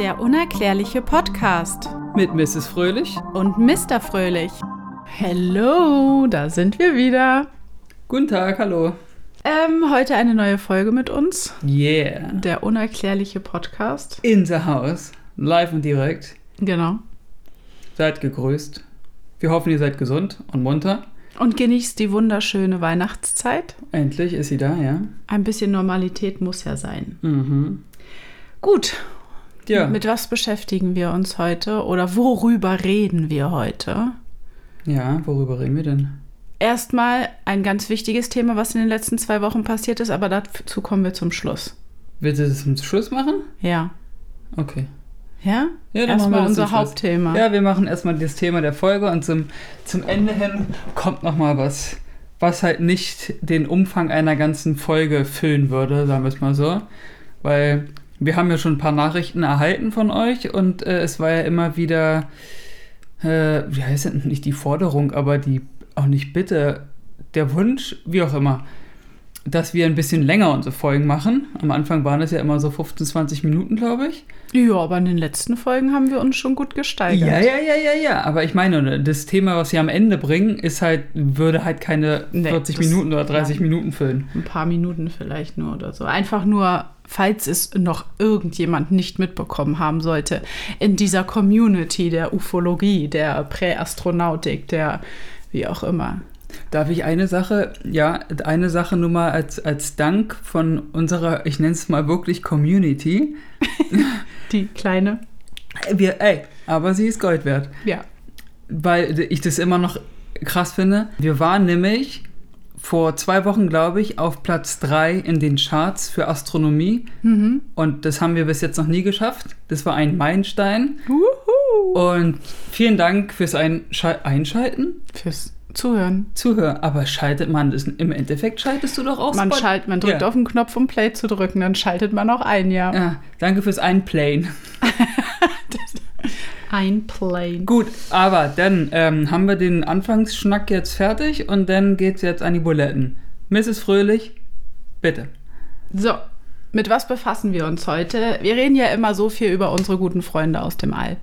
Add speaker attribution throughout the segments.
Speaker 1: Der unerklärliche Podcast
Speaker 2: mit Mrs. Fröhlich.
Speaker 1: und Mr. Fröhlich. Hello, da sind wir wieder.
Speaker 2: Guten Tag, hallo.
Speaker 1: Ähm, heute eine neue Folge mit uns.
Speaker 2: Yeah.
Speaker 1: Der unerklärliche Podcast.
Speaker 2: In the house, live und direkt.
Speaker 1: Genau.
Speaker 2: Seid gegrüßt. Wir hoffen, ihr seid gesund und munter.
Speaker 1: Und genießt die wunderschöne Weihnachtszeit.
Speaker 2: Endlich ist sie da, ja.
Speaker 1: Ein bisschen Normalität muss ja sein.
Speaker 2: Mhm.
Speaker 1: Gut.
Speaker 2: Ja.
Speaker 1: Mit was beschäftigen wir uns heute oder worüber reden wir heute?
Speaker 2: ja, worüber reden wir denn?
Speaker 1: Erstmal ein ganz wichtiges Thema, was in den letzten zwei Wochen passiert ist, aber dazu kommen wir zum Schluss.
Speaker 2: Willst du das zum Schluss machen?
Speaker 1: Ja.
Speaker 2: Okay.
Speaker 1: Ja?
Speaker 2: Ja, dann machen wir
Speaker 1: Erstmal
Speaker 2: das
Speaker 1: unser
Speaker 2: zum Schluss.
Speaker 1: Hauptthema.
Speaker 2: Ja, wir machen erstmal das Thema der Folge und zum, zum Ende hin kommt nochmal was, was halt nicht den Umfang einer ganzen Folge füllen würde, sagen wir es mal so. Weil wir haben ja schon ein paar Nachrichten erhalten von euch und äh, es war ja immer wieder, äh, wie heißt denn nicht die Forderung, aber die auch nicht Bitte, der Wunsch, wie auch immer, dass wir ein bisschen länger unsere Folgen machen. Am Anfang waren es ja immer so 15, 20 Minuten, glaube ich.
Speaker 1: Ja, aber in den letzten Folgen haben wir uns schon gut gesteigert.
Speaker 2: Ja, ja, ja, ja, ja. Aber ich meine, das Thema, was sie am Ende bringen, ist halt, würde halt keine
Speaker 1: Nee,
Speaker 2: 40
Speaker 1: das-
Speaker 2: Minuten oder 30 Minuten füllen.
Speaker 1: Ein paar Minuten vielleicht nur oder so. Einfach nur, falls es noch irgendjemand nicht mitbekommen haben sollte, in dieser Community der Ufologie, der Präastronautik, der wie auch immer.
Speaker 2: Darf ich eine Sache, ja, eine Sache nur mal als, als Dank von unserer, ich nenne es mal wirklich Community.
Speaker 1: Die kleine,
Speaker 2: Wir, ey, aber sie ist Gold wert.
Speaker 1: ja.
Speaker 2: weil ich das immer noch krass finde. Wir waren nämlich vor zwei Wochen, glaube ich, auf Platz 3 in den Charts für Astronomie.
Speaker 1: Mhm.
Speaker 2: Und das haben wir bis jetzt noch nie geschafft. Das war ein Meilenstein. Und vielen Dank fürs Einschal Einschalten,
Speaker 1: Fürs Zuhören.
Speaker 2: Zuhören. Aber schaltet man das im Endeffekt, schaltest du doch auch
Speaker 1: Man
Speaker 2: Spot-
Speaker 1: schaltet, man drückt
Speaker 2: ja.
Speaker 1: auf den Knopf, um Play zu drücken, dann schaltet man auch ein, ja.
Speaker 2: Ja, danke fürs Einplayen.
Speaker 1: Ein Play.
Speaker 2: Gut, aber dann ähm, haben wir den Anfangsschnack jetzt fertig und dann geht's jetzt an die Buletten. Mrs. Fröhlich, bitte.
Speaker 1: So, mit was befassen wir uns heute? Wir reden ja immer so viel über unsere guten Freunde aus dem All.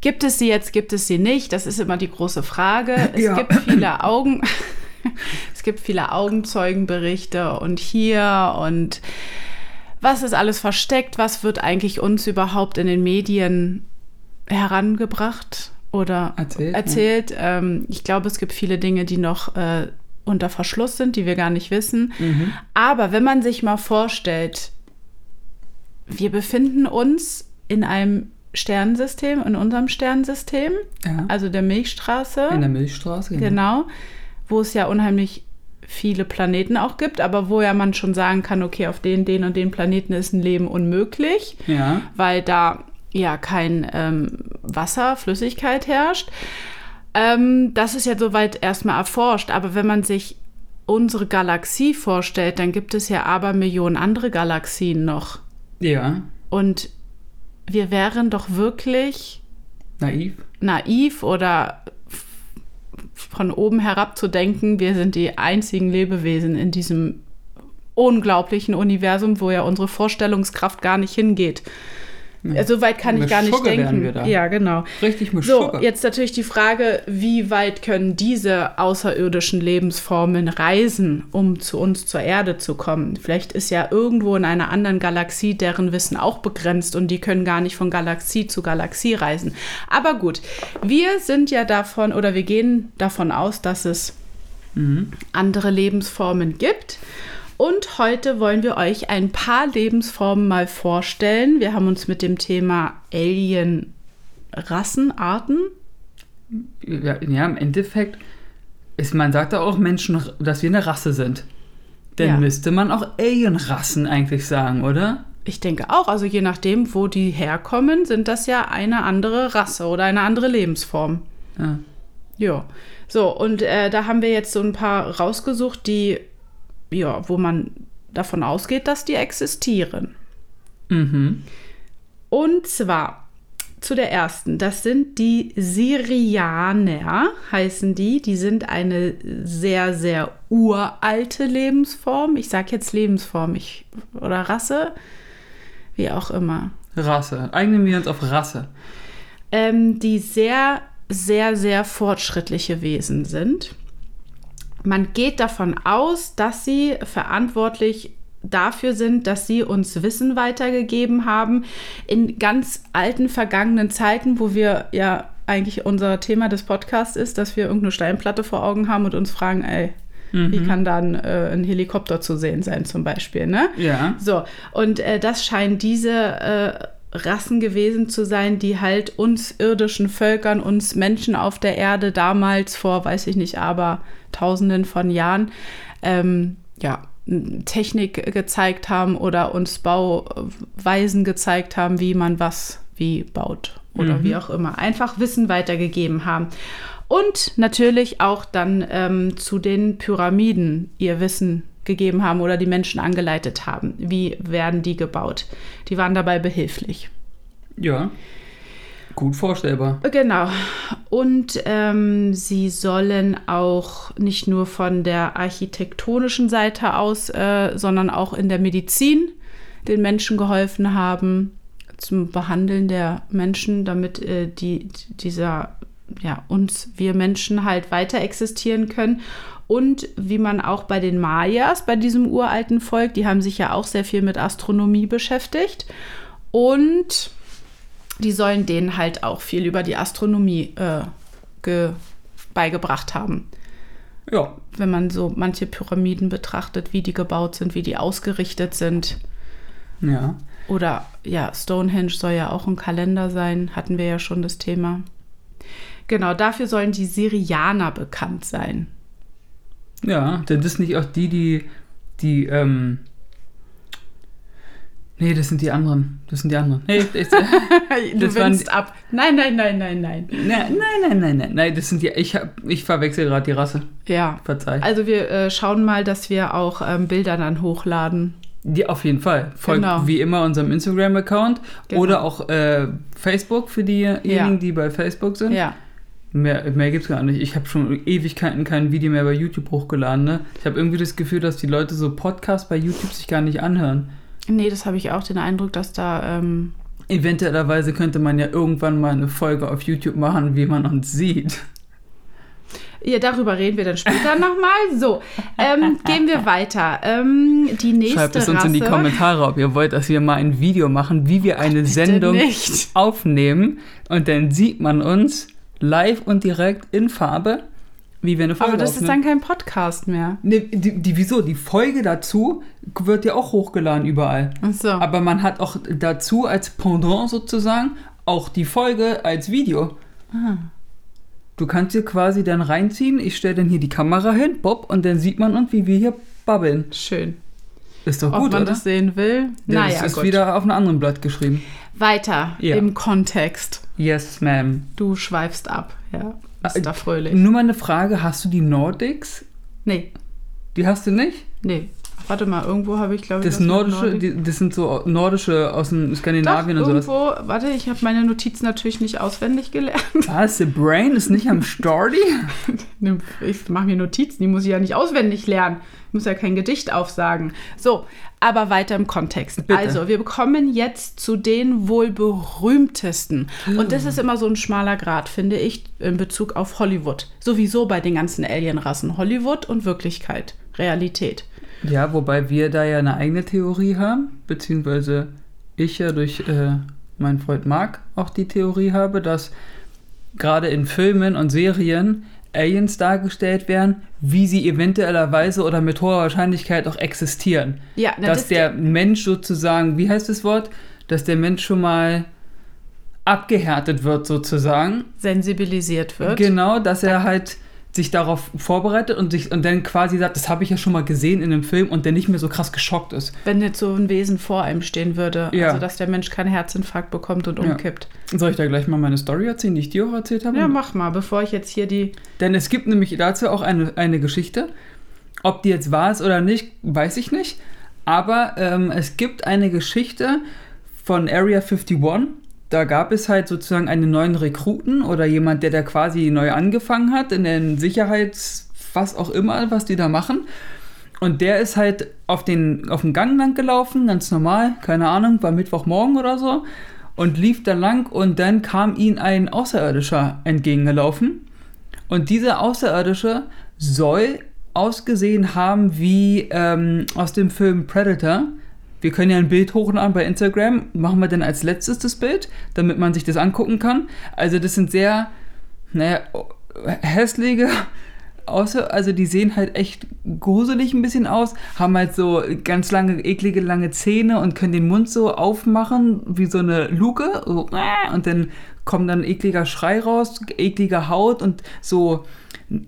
Speaker 1: Gibt es sie jetzt, gibt es sie nicht? Das ist immer die große Frage. Es
Speaker 2: Ja.
Speaker 1: gibt viele Augen. es gibt viele Augenzeugenberichte und hier und was ist alles versteckt? Was wird eigentlich uns überhaupt in den Medien herangebracht oder
Speaker 2: Erzählt, ne?
Speaker 1: erzählt? Ähm, ich glaube, es gibt viele Dinge, die noch äh, unter Verschluss sind, die wir gar nicht wissen.
Speaker 2: Mhm.
Speaker 1: Aber wenn man sich mal vorstellt, wir befinden uns in einem Sternensystem, in unserem Sternensystem,
Speaker 2: Ja.
Speaker 1: also der Milchstraße,
Speaker 2: In der Milchstraße,
Speaker 1: genau, wo es ja unheimlich viele Planeten auch gibt, aber wo ja man schon sagen kann, okay, auf den, den und den Planeten ist ein Leben unmöglich,
Speaker 2: Ja.
Speaker 1: weil da ja kein ähm, Wasser, Flüssigkeit herrscht. Ähm, das ist ja soweit erstmal erforscht, aber wenn man sich unsere Galaxie vorstellt, dann gibt es ja aber Millionen andere Galaxien noch.
Speaker 2: Ja.
Speaker 1: Und wir wären doch wirklich
Speaker 2: Naiv.
Speaker 1: naiv oder f- von oben herab zu denken, wir sind die einzigen Lebewesen in diesem unglaublichen Universum, wo ja unsere Vorstellungskraft gar nicht hingeht.
Speaker 2: Ja.
Speaker 1: So weit kann ich
Speaker 2: Mit
Speaker 1: gar nicht
Speaker 2: Schugge wären
Speaker 1: denken.
Speaker 2: wir da.
Speaker 1: Ja, genau.
Speaker 2: Richtig mit
Speaker 1: So,
Speaker 2: Sugar.
Speaker 1: jetzt natürlich die Frage, wie weit können diese außerirdischen Lebensformen reisen, um zu uns zur Erde zu kommen? Vielleicht ist ja irgendwo in einer anderen Galaxie deren Wissen auch begrenzt und die können gar nicht von Galaxie zu Galaxie reisen. Aber gut, wir sind ja davon oder wir gehen davon aus, dass es andere Lebensformen gibt. Und heute wollen wir euch ein paar Lebensformen mal vorstellen. Wir haben uns mit dem Thema Alien Rassenarten.
Speaker 2: Ja, ja, im Endeffekt ist, man sagt ja auch Menschen, dass wir eine Rasse sind. Dann
Speaker 1: Ja.
Speaker 2: müsste man auch Alien-Rassen eigentlich sagen, oder?
Speaker 1: Ich denke auch, also je nachdem, wo die herkommen, sind das ja eine andere Rasse oder eine andere Lebensform.
Speaker 2: Ja.
Speaker 1: Ja. So, und äh, da haben wir jetzt so ein paar rausgesucht, die, ja, wo man davon ausgeht, dass die existieren.
Speaker 2: Mhm.
Speaker 1: Und zwar zu der ersten, das sind die Syrianer, heißen die. Die sind eine sehr, sehr uralte Lebensform. Ich sage jetzt Lebensform ich, oder Rasse, Wie auch immer.
Speaker 2: Rasse. Eignen wir uns auf Rasse.
Speaker 1: ähm, die sehr, sehr, sehr fortschrittliche Wesen sind. Man geht davon aus, dass sie verantwortlich dafür sind, dass sie uns Wissen weitergegeben haben in ganz alten vergangenen Zeiten, wo wir ja eigentlich unser Thema des Podcasts ist, dass wir irgendeine Steinplatte vor Augen haben und uns fragen, ey, wie kann da ein, äh, ein Helikopter zu sehen sein zum Beispiel, ne?
Speaker 2: Ja.
Speaker 1: So, und äh, das scheinen diese äh, Rassen gewesen zu sein, die halt uns irdischen Völkern, uns Menschen auf der Erde damals vor, weiß ich nicht, aber tausenden von Jahren, ähm, ja, m, Technik gezeigt haben oder uns Bauweisen gezeigt haben, wie man was wie baut oder
Speaker 2: Mhm.
Speaker 1: wie auch immer. Einfach Wissen weitergegeben haben. Und natürlich auch dann ähm, zu den Pyramiden ihr Wissen gegeben haben oder die Menschen angeleitet haben. Wie werden die gebaut? Die waren dabei behilflich.
Speaker 2: Ja. Gut vorstellbar.
Speaker 1: Genau. Und ähm, sie sollen auch nicht nur von der architektonischen Seite aus, äh, sondern auch in der Medizin den Menschen geholfen haben zum Behandeln der Menschen, damit äh, die dieser ja uns wir Menschen halt weiter existieren können. Und wie man auch bei den Mayas, bei diesem uralten Volk, die haben sich ja auch sehr viel mit Astronomie beschäftigt und die sollen denen halt auch viel über die Astronomie äh, ge beigebracht haben.
Speaker 2: Ja.
Speaker 1: Wenn man so manche Pyramiden betrachtet, wie die gebaut sind, wie die ausgerichtet sind.
Speaker 2: Ja.
Speaker 1: Oder ja, Stonehenge soll ja auch ein Kalender sein, hatten wir ja schon das Thema. Genau, dafür sollen die Syrianer bekannt sein.
Speaker 2: Ja, denn das sind nicht auch die, die, die, ähm. Nee, das sind die anderen. Das sind die anderen. Nee, das,
Speaker 1: Du
Speaker 2: Das waren
Speaker 1: winkst ab. Nein, nein, nein, nein, nein.
Speaker 2: nein, nein, nein, nein, nein. Nein, das sind die. Ich, hab, ich verwechsel gerade die Rasse.
Speaker 1: Ja.
Speaker 2: Verzeih.
Speaker 1: Also wir äh, schauen mal, dass wir auch ähm, Bilder dann hochladen.
Speaker 2: Die auf jeden Fall. Folgt
Speaker 1: Genau.
Speaker 2: wie immer unserem Instagram-Account
Speaker 1: Genau.
Speaker 2: oder auch äh, Facebook für diejenigen,
Speaker 1: Ja.
Speaker 2: die bei Facebook sind.
Speaker 1: Ja.
Speaker 2: Mehr, mehr gibt's gar nicht. Ich habe schon Ewigkeiten kein Video mehr bei YouTube hochgeladen. Ne? Ich habe irgendwie das Gefühl, dass die Leute so Podcasts bei YouTube sich gar nicht anhören.
Speaker 1: Nee, das habe ich auch den Eindruck, dass da ähm,
Speaker 2: Eventuellerweise könnte man ja irgendwann mal eine Folge auf YouTube machen, wie man uns sieht.
Speaker 1: Ja, darüber reden wir dann später nochmal. So, ähm, gehen wir weiter. Ähm, die nächste
Speaker 2: Schreibt es
Speaker 1: Rasse.
Speaker 2: uns in die Kommentare, ob ihr wollt, dass wir mal ein Video machen, wie wir eine Sendung
Speaker 1: nicht.
Speaker 2: aufnehmen. Und dann sieht man uns live und direkt in Farbe, wie wir eine Folge
Speaker 1: Aber das ist
Speaker 2: aufnehmen.
Speaker 1: dann kein Podcast mehr.
Speaker 2: Nee, die, die, wieso? Die Folge dazu wird ja auch hochgeladen überall.
Speaker 1: Ach so.
Speaker 2: Aber man hat auch dazu als Pendant sozusagen auch die Folge als Video.
Speaker 1: Ah.
Speaker 2: Du kannst hier quasi dann reinziehen, ich stelle dann hier die Kamera hin, Bob, und dann sieht man und wie wir hier babbeln.
Speaker 1: Schön.
Speaker 2: Ist doch
Speaker 1: Ob
Speaker 2: gut,
Speaker 1: man
Speaker 2: oder?
Speaker 1: das sehen will?
Speaker 2: Ja,
Speaker 1: naja,
Speaker 2: das ist
Speaker 1: gut.
Speaker 2: wieder auf einem anderen Blatt geschrieben.
Speaker 1: weiter
Speaker 2: Ja.
Speaker 1: im Kontext.
Speaker 2: Yes, ma'am.
Speaker 1: Du schweifst ab, ja.
Speaker 2: Ah,
Speaker 1: Bist da fröhlich.
Speaker 2: Nur mal eine Frage, hast du die Nordics?
Speaker 1: Nee,
Speaker 2: Die hast du nicht?
Speaker 1: nee. Warte mal, irgendwo habe ich, glaube ich,
Speaker 2: Das
Speaker 1: was mit
Speaker 2: nordische,
Speaker 1: Nordic-
Speaker 2: die, das sind so nordische aus dem
Speaker 1: Doch,
Speaker 2: Skandinavien und sowas.
Speaker 1: irgendwo, warte, ich habe meine Notizen natürlich nicht auswendig gelernt.
Speaker 2: Was? The Brain ist nicht am Stardy?
Speaker 1: Ich mache mir Notizen, die muss ich ja nicht auswendig lernen. Ich muss ja kein Gedicht aufsagen. So, aber weiter im Kontext.
Speaker 2: Bitte.
Speaker 1: Also, wir kommen jetzt zu den wohl berühmtesten. Und das ist immer so ein schmaler Grad, finde ich, in Bezug auf Hollywood. Sowieso bei den ganzen Alienrassen. Hollywood und Wirklichkeit, Realität.
Speaker 2: Ja, wobei wir da ja eine eigene Theorie haben, beziehungsweise ich ja durch äh, meinen Freund Marc auch die Theorie habe, dass gerade in Filmen und Serien Aliens dargestellt werden, wie sie eventuellerweise oder mit hoher Wahrscheinlichkeit auch existieren.
Speaker 1: Ja, na,
Speaker 2: dass
Speaker 1: das-
Speaker 2: der Mensch sozusagen, wie heißt das Wort? Dass der Mensch schon mal abgehärtet wird sozusagen
Speaker 1: sensibilisiert wird.
Speaker 2: Genau, dass er halt sich darauf vorbereitet und sich und dann quasi sagt, das habe ich ja schon mal gesehen in einem Film und dann nicht mehr so krass geschockt ist.
Speaker 1: Wenn jetzt so ein Wesen vor einem stehen würde,
Speaker 2: Ja.
Speaker 1: also dass der Mensch keinen Herzinfarkt bekommt und
Speaker 2: Ja.
Speaker 1: umkippt.
Speaker 2: Soll ich da gleich mal meine Story erzählen, die ich dir auch erzählt habe?
Speaker 1: Ja, mach mal, bevor ich jetzt hier die.
Speaker 2: Denn es gibt nämlich dazu auch eine, eine Geschichte. Ob die jetzt wahr ist oder nicht, weiß ich nicht. Aber ähm, es gibt eine Geschichte von Area 51. Da gab es halt sozusagen einen neuen Rekruten oder jemand, der da quasi neu angefangen hat in den Sicherheits-, was auch immer, was die da machen. Und der ist halt auf den auf dem Gang lang gelaufen, ganz normal, keine Ahnung, war Mittwochmorgen oder so und lief da lang und dann kam ihm ein Außerirdischer entgegengelaufen und dieser Außerirdische soll ausgesehen haben wie ähm, aus dem Film Predator. Wir können ja ein Bild hochladen bei Instagram. Machen wir dann als letztes das Bild, damit man sich das angucken kann. Also das sind sehr, naja, hässliche, außer, also die sehen halt echt gruselig ein bisschen aus, haben halt so ganz lange, eklige, lange Zähne und können den Mund so aufmachen, wie so eine Luke. So, äh, und dann kommt dann ein ekliger Schrei raus, eklige Haut und so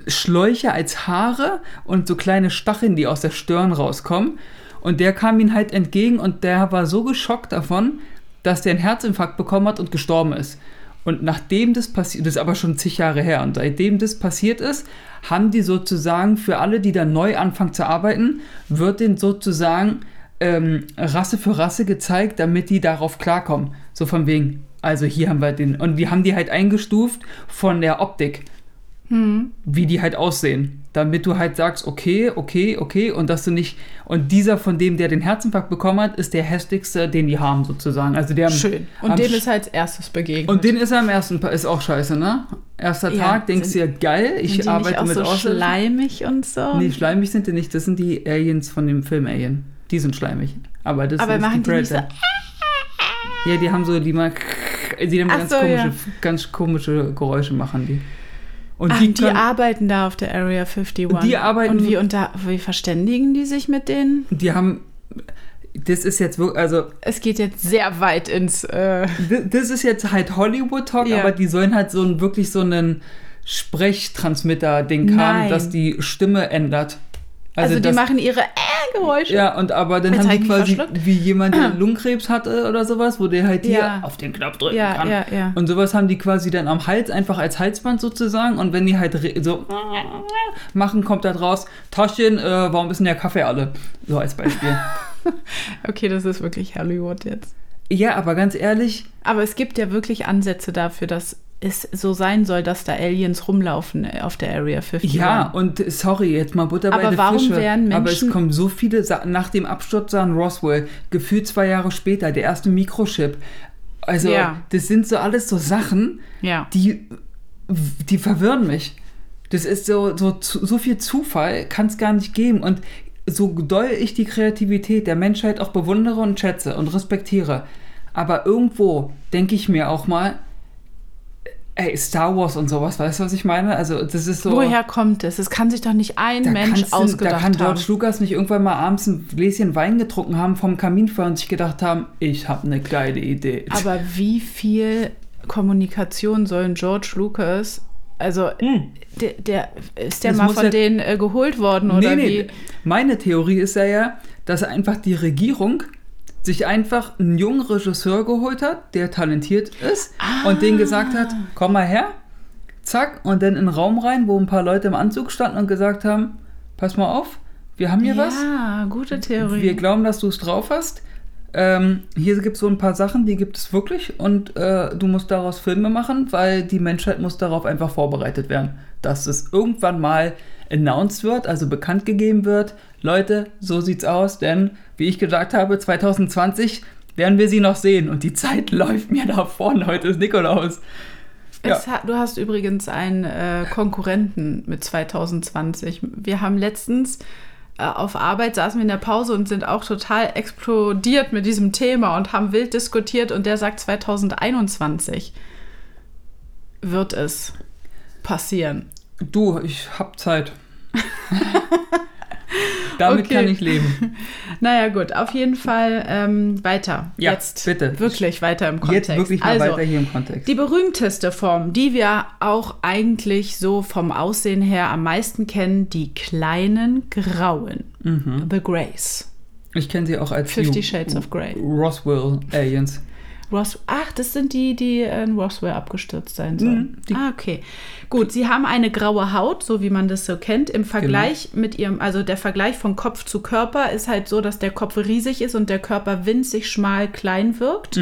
Speaker 2: Schläuche als Haare und so kleine Stacheln, die aus der Stirn rauskommen. Und der kam ihm halt entgegen und der war so geschockt davon, dass der einen Herzinfarkt bekommen hat und gestorben ist. Und nachdem das passiert, das ist aber schon zig Jahre her, und seitdem das passiert ist, haben die sozusagen für alle, die da neu anfangen zu arbeiten, wird denen sozusagen ähm, Rasse für Rasse gezeigt, damit die darauf klarkommen. So von wegen, also hier haben wir den. Und die haben die halt eingestuft von der Optik,
Speaker 1: Hm.
Speaker 2: wie die halt aussehen. Damit du halt sagst, okay, okay, okay, und dass du nicht. Und dieser, von dem der den Herzinfarkt bekommen hat, ist der hässlichste, den die haben, sozusagen. Also der am-
Speaker 1: Schön. Und
Speaker 2: am
Speaker 1: dem ist er als erstes begegnet.
Speaker 2: und den ist er am ersten, Pa- ist auch scheiße, ne? Erster
Speaker 1: Ja,
Speaker 2: Tag, denkst du
Speaker 1: sind-
Speaker 2: ja, geil,
Speaker 1: Sind
Speaker 2: ich
Speaker 1: die
Speaker 2: arbeite
Speaker 1: nicht
Speaker 2: mit
Speaker 1: auch so
Speaker 2: Außerirdischen.
Speaker 1: schleimig und so.
Speaker 2: Nee, schleimig sind die nicht, das sind die Aliens von dem Film Alien. Die sind schleimig. Aber das
Speaker 1: Aber
Speaker 2: ist
Speaker 1: machen die nicht so-
Speaker 2: Predator. Ja, die haben so, die mal, die haben
Speaker 1: Ach
Speaker 2: ganz,
Speaker 1: so,
Speaker 2: komische,
Speaker 1: ja.
Speaker 2: ganz komische Geräusche machen die. Und
Speaker 1: Ach,
Speaker 2: die,
Speaker 1: die,
Speaker 2: können,
Speaker 1: arbeiten da auf der Area 51.
Speaker 2: Die arbeiten-
Speaker 1: Und wie, unter, wie verständigen die sich mit denen?
Speaker 2: die haben, das ist jetzt wirklich, also
Speaker 1: Es geht jetzt sehr weit ins. Äh,
Speaker 2: D- Das ist jetzt halt Hollywood-Talk,
Speaker 1: Ja.
Speaker 2: aber die sollen halt so ein, wirklich so einen Sprechtransmitter-Ding haben,
Speaker 1: Nein.
Speaker 2: dass die Stimme ändert.
Speaker 1: also, die
Speaker 2: das,
Speaker 1: machen ihre äh Geräusche.
Speaker 2: Ja, und aber dann
Speaker 1: Jetzt
Speaker 2: haben
Speaker 1: hab
Speaker 2: die
Speaker 1: ich mich
Speaker 2: quasi
Speaker 1: verschluckt.
Speaker 2: wie jemand, der Lungenkrebs hatte oder sowas, wo der halt hier
Speaker 1: Ja.
Speaker 2: auf den Knopf drücken
Speaker 1: ja,
Speaker 2: kann.
Speaker 1: ja. ja.
Speaker 2: Und sowas haben die quasi dann am Hals einfach als Halsband sozusagen. Und wenn die halt re- so machen, kommt da draus, Taschen, äh, warum ist denn der Kaffee alle? So als Beispiel.
Speaker 1: Okay, das ist wirklich Hollywood jetzt.
Speaker 2: ja, aber ganz ehrlich,
Speaker 1: Aber es gibt ja wirklich Ansätze dafür, dass es so sein soll, dass da Aliens rumlaufen äh, auf der Area 51.
Speaker 2: Ja, und äh, sorry, jetzt mal Butter bei
Speaker 1: Aber
Speaker 2: der
Speaker 1: warum
Speaker 2: Fische.
Speaker 1: werden
Speaker 2: Aber es
Speaker 1: Menschen-
Speaker 2: kommen so viele Sa nach dem Absturz an Roswell, gefühlt zwei Jahre später, der erste Mikrochip. Also,
Speaker 1: Ja.
Speaker 2: das sind so alles so Sachen,
Speaker 1: Ja.
Speaker 2: die, die verwirren mich. Das ist so, so, zu- so viel Zufall, kann es gar nicht geben. Und so doll ich die Kreativität der Menschheit auch bewundere und schätze und respektiere, aber irgendwo denke ich mir auch mal, ey, Star Wars und sowas, weißt du, was ich meine? Also, das ist so.
Speaker 1: Woher kommt es? Es kann sich doch nicht ein
Speaker 2: Da
Speaker 1: Mensch
Speaker 2: kannst du- Da kann
Speaker 1: ausgedacht
Speaker 2: George
Speaker 1: haben.
Speaker 2: Lucas nicht irgendwann mal abends ein Gläschen Wein getrunken haben vom Kaminfeuer und sich gedacht haben, ich habe eine geile Idee.
Speaker 1: Aber wie viel Kommunikation sollen George Lucas, also
Speaker 2: Hm.
Speaker 1: der, der ist der
Speaker 2: Das
Speaker 1: mal
Speaker 2: muss
Speaker 1: von
Speaker 2: ja-
Speaker 1: denen äh, geholt worden
Speaker 2: nee,
Speaker 1: oder
Speaker 2: nee.
Speaker 1: wie?
Speaker 2: Meine Theorie ist ja, ja, dass einfach die Regierung sich einfach einen jungen Regisseur geholt hat, der talentiert ist und
Speaker 1: Ah.
Speaker 2: den gesagt hat, komm mal her, zack, und dann in den Raum rein, wo ein paar Leute im Anzug standen und gesagt haben, pass mal auf, wir haben hier was.
Speaker 1: Ja, gute Theorie.
Speaker 2: Wir glauben, dass du es drauf hast. Ähm, hier gibt es so ein paar Sachen, die gibt es wirklich und äh, du musst daraus Filme machen, weil die Menschheit muss darauf einfach vorbereitet werden, dass es irgendwann mal announced wird, also bekannt gegeben wird. Leute, so sieht's aus, denn wie ich gesagt habe, 2020 werden wir sie noch sehen und die Zeit läuft mir davon. Heute ist Nikolaus.
Speaker 1: es hat, du hast übrigens einen äh, Konkurrenten mit 2020. Wir haben letztens äh, auf Arbeit saßen wir in der Pause und sind auch total explodiert mit diesem Thema und haben wild diskutiert und der sagt 2021 wird es passieren.
Speaker 2: Du, ich hab Zeit. Damit
Speaker 1: Okay.
Speaker 2: kann ich leben.
Speaker 1: Naja, gut, auf jeden Fall ähm, weiter.
Speaker 2: Ja,
Speaker 1: Jetzt
Speaker 2: bitte.
Speaker 1: wirklich weiter im Kontext.
Speaker 2: Jetzt wirklich mal
Speaker 1: also,
Speaker 2: weiter hier im Kontext.
Speaker 1: Die berühmteste Form, die wir auch eigentlich so vom Aussehen her am meisten kennen, die kleinen Grauen.
Speaker 2: Mhm.
Speaker 1: The Grays.
Speaker 2: Ich kenne sie auch als
Speaker 1: Fifty
Speaker 2: die
Speaker 1: Shades of Grey.
Speaker 2: Roswell Aliens.
Speaker 1: Ros Ach, das sind die, die in Roswell abgestürzt sein sollen.
Speaker 2: die-
Speaker 1: ah, okay. Gut, sie haben eine graue Haut, so wie man das so kennt. Im Vergleich mit ihrem, also der Vergleich von Kopf zu Körper ist halt so, dass der Kopf riesig ist und der Körper winzig, schmal, klein wirkt.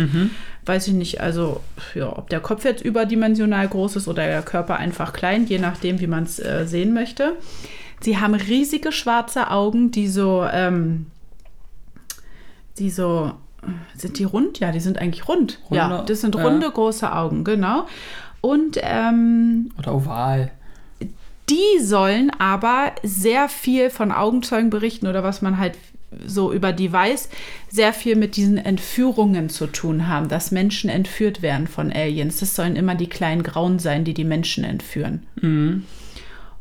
Speaker 1: Weiß ich nicht, also ja, ob der Kopf jetzt überdimensional groß ist oder der Körper einfach klein, je nachdem, wie man es äh, sehen möchte. Sie haben riesige schwarze Augen, die so, ähm, die so, sind die rund? Ja, die sind eigentlich rund.
Speaker 2: Runde,
Speaker 1: ja, das sind runde,
Speaker 2: ja.
Speaker 1: große Augen, genau. Und ähm,
Speaker 2: Oder oval.
Speaker 1: die sollen aber sehr viel von Augenzeugen berichten oder was man halt so über die weiß, sehr viel mit diesen Entführungen zu tun haben, dass Menschen entführt werden von Aliens. Das sollen immer die kleinen Grauen sein, die die Menschen entführen.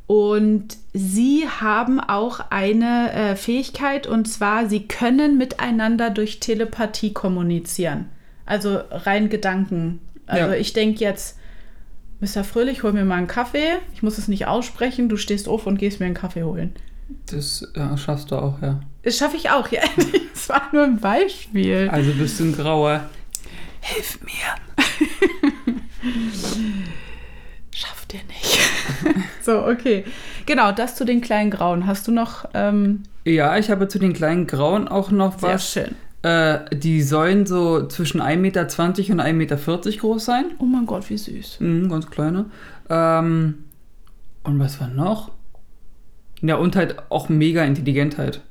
Speaker 1: Und sie haben auch eine äh, Fähigkeit und zwar, sie können miteinander durch Telepathie kommunizieren. Also rein Gedanken. Also
Speaker 2: Ja.
Speaker 1: ich denke jetzt, Mr. Fröhlich, hol mir mal einen Kaffee. Ich muss es nicht aussprechen. Du stehst auf und gehst mir einen Kaffee holen.
Speaker 2: Das äh, schaffst du auch, ja.
Speaker 1: Das schaffe ich auch, ja. Das war nur ein Beispiel.
Speaker 2: Also bist du ein grauer.
Speaker 1: Hilf mir. Schafft ihr nicht. so, okay. Genau, das zu den kleinen Grauen. Hast du noch ähm,
Speaker 2: Ja, ich habe zu den kleinen Grauen auch noch
Speaker 1: sehr
Speaker 2: was.
Speaker 1: schön.
Speaker 2: Äh, die sollen so zwischen 1,20 Meter und 1,40 Meter groß sein.
Speaker 1: Oh mein Gott, wie süß.
Speaker 2: Mhm, ganz kleine. Ähm, und was war noch? Ja, und halt auch mega intelligent halt.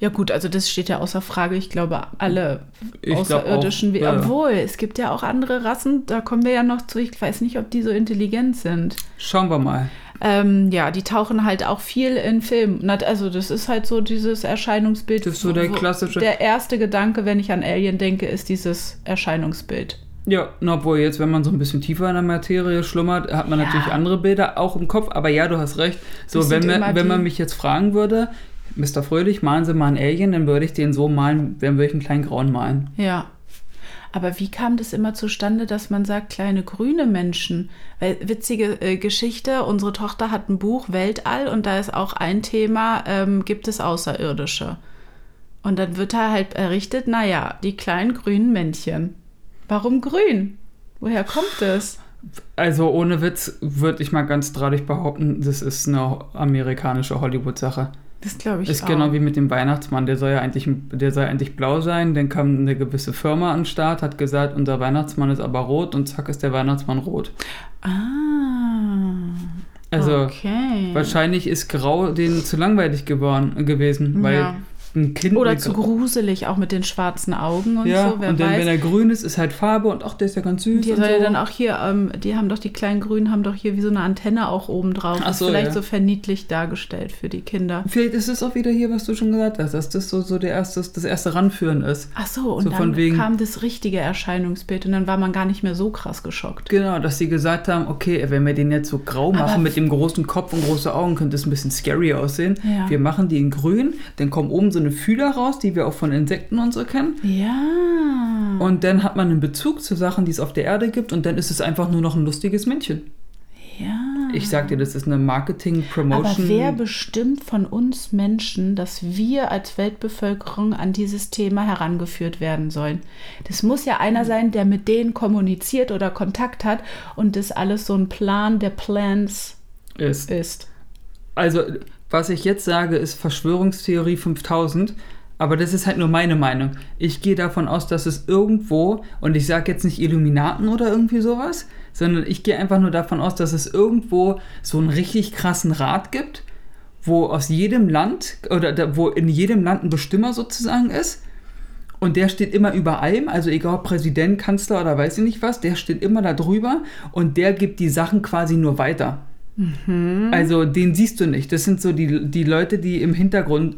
Speaker 1: Ja gut, also das steht ja außer Frage. Ich glaube, alle
Speaker 2: Ich glaub auch,
Speaker 1: Außerirdischen, wie,
Speaker 2: ja.
Speaker 1: obwohl es gibt ja auch andere Rassen, da kommen wir ja noch zu. Ich weiß nicht, ob die so intelligent sind.
Speaker 2: Schauen wir mal.
Speaker 1: Ähm, ja, die tauchen halt auch viel in Filmen. Na, Also das ist halt so dieses Erscheinungsbild.
Speaker 2: Das ist so der klassische-
Speaker 1: Der erste Gedanke, wenn ich an Alien denke, ist dieses Erscheinungsbild.
Speaker 2: Ja, na, obwohl jetzt, wenn man so ein bisschen tiefer in der Materie schlummert, hat man
Speaker 1: Ja.
Speaker 2: natürlich andere Bilder auch im Kopf. Aber ja, du hast recht. So,
Speaker 1: Das sind
Speaker 2: wenn, mir,
Speaker 1: immer
Speaker 2: wenn man
Speaker 1: die-
Speaker 2: mich jetzt fragen würde, Mr. Fröhlich, malen Sie mal einen Alien, dann würde ich den so malen, dann würde ich einen kleinen Grauen malen.
Speaker 1: Ja. Aber wie kam das immer zustande, dass man sagt, kleine grüne Menschen? Weil witzige äh, Geschichte, unsere Tochter hat ein Buch Weltall und da ist auch ein Thema, ähm, gibt es Außerirdische? Und dann wird da halt berichtet, naja, die kleinen grünen Männchen. Warum grün? Woher kommt es?
Speaker 2: Also ohne Witz würde ich mal ganz drahtig behaupten, das ist eine amerikanische Hollywood-Sache.
Speaker 1: Das glaube ich
Speaker 2: Ist
Speaker 1: auch.
Speaker 2: genau wie mit dem Weihnachtsmann, der soll ja eigentlich, der soll eigentlich blau sein, dann kam eine gewisse Firma an den Start, hat gesagt, unser Weihnachtsmann ist aber rot und zack ist der Weihnachtsmann rot.
Speaker 1: ah.
Speaker 2: Also
Speaker 1: okay.
Speaker 2: wahrscheinlich ist Grau denen zu langweilig geworden, gewesen, weil
Speaker 1: Ja.
Speaker 2: ein Kind...
Speaker 1: Oder
Speaker 2: mit-
Speaker 1: zu gruselig, auch mit den schwarzen Augen und
Speaker 2: Ja,
Speaker 1: so.
Speaker 2: und
Speaker 1: Wer
Speaker 2: dann,
Speaker 1: weiß.
Speaker 2: wenn er grün ist, ist halt Farbe und ach, der ist ja ganz süß
Speaker 1: Die
Speaker 2: und so.
Speaker 1: soll ja dann auch hier, ähm, die haben doch die kleinen Grünen, haben doch hier wie so eine Antenne auch oben drauf.
Speaker 2: Ach
Speaker 1: Ist
Speaker 2: so,
Speaker 1: vielleicht
Speaker 2: ja.
Speaker 1: so verniedlicht dargestellt für die Kinder.
Speaker 2: Vielleicht ist es auch wieder hier, was du schon gesagt hast, dass das so, so der erste, das erste Ranführen ist.
Speaker 1: Ach so, und
Speaker 2: So von
Speaker 1: dann
Speaker 2: wegen-
Speaker 1: kam das richtige Erscheinungsbild und dann war man gar nicht mehr so krass geschockt.
Speaker 2: Genau, dass sie gesagt haben, okay, wenn wir den jetzt so grau machen
Speaker 1: Aber-
Speaker 2: mit dem großen Kopf und große Augen, könnte es ein bisschen scary aussehen.
Speaker 1: Ja.
Speaker 2: Wir machen die in grün, dann kommen oben so eine Fühler raus, die wir auch von Insekten und so kennen.
Speaker 1: Ja.
Speaker 2: Und dann hat man einen Bezug zu Sachen, die es auf der Erde gibt und dann ist es einfach nur noch ein lustiges Männchen. Oh.
Speaker 1: ja.
Speaker 2: Ich sag dir, das ist eine
Speaker 1: Aber
Speaker 2: Marketing-Promotion.
Speaker 1: wer bestimmt von uns Menschen, dass wir als Weltbevölkerung an dieses Thema herangeführt werden sollen? Das muss ja
Speaker 2: Mhm.
Speaker 1: einer sein, der mit denen kommuniziert oder Kontakt hat und das alles so ein Plan der Plans
Speaker 2: ist.
Speaker 1: ist.
Speaker 2: Also, was ich jetzt sage, ist Verschwörungstheorie 5000. Aber das ist halt nur meine Meinung. Ich gehe davon aus, dass es irgendwo, und ich sage jetzt nicht Illuminaten oder irgendwie sowas, sondern ich gehe einfach nur davon aus, dass es irgendwo so einen richtig krassen Rat gibt, wo aus jedem Land oder da, wo in jedem Land ein Bestimmer sozusagen ist. Und der steht immer über allem, also egal ob Präsident, Kanzler oder weiß ich nicht was, der steht immer da drüber und der gibt die Sachen quasi nur weiter.
Speaker 1: Mhm.
Speaker 2: Also den siehst du nicht. Das sind so die, die Leute, die im Hintergrund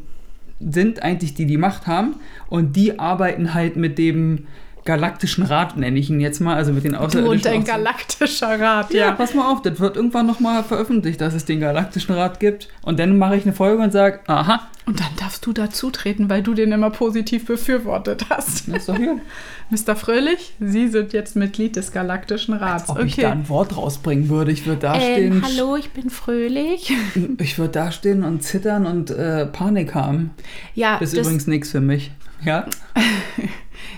Speaker 2: sind, eigentlich die die Macht haben. Und die arbeiten halt mit dem galaktischen Rat, nenne ich ihn jetzt mal. Also mit den
Speaker 1: Du und
Speaker 2: Außerirdischen.
Speaker 1: dein
Speaker 2: auch so-
Speaker 1: galaktischer Rat,
Speaker 2: ja,
Speaker 1: ja.
Speaker 2: pass mal auf, das wird irgendwann nochmal veröffentlicht, dass es den galaktischen Rat gibt. Und dann mache ich eine Folge und sage, aha,
Speaker 1: Und dann darfst du dazutreten, weil du den immer positiv befürwortet hast.
Speaker 2: das ist doch hier.
Speaker 1: Mr. Fröhlich, Sie sind jetzt Mitglied des Galaktischen Rats.
Speaker 2: Ob ich da ein Wort rausbringen würde, ich würde da stehen.
Speaker 1: Ähm, hallo, ich bin Fröhlich.
Speaker 2: Ich würde da stehen und zittern und äh, Panik haben.
Speaker 1: Ja,
Speaker 2: Ist
Speaker 1: das,
Speaker 2: übrigens nichts für mich. Ja?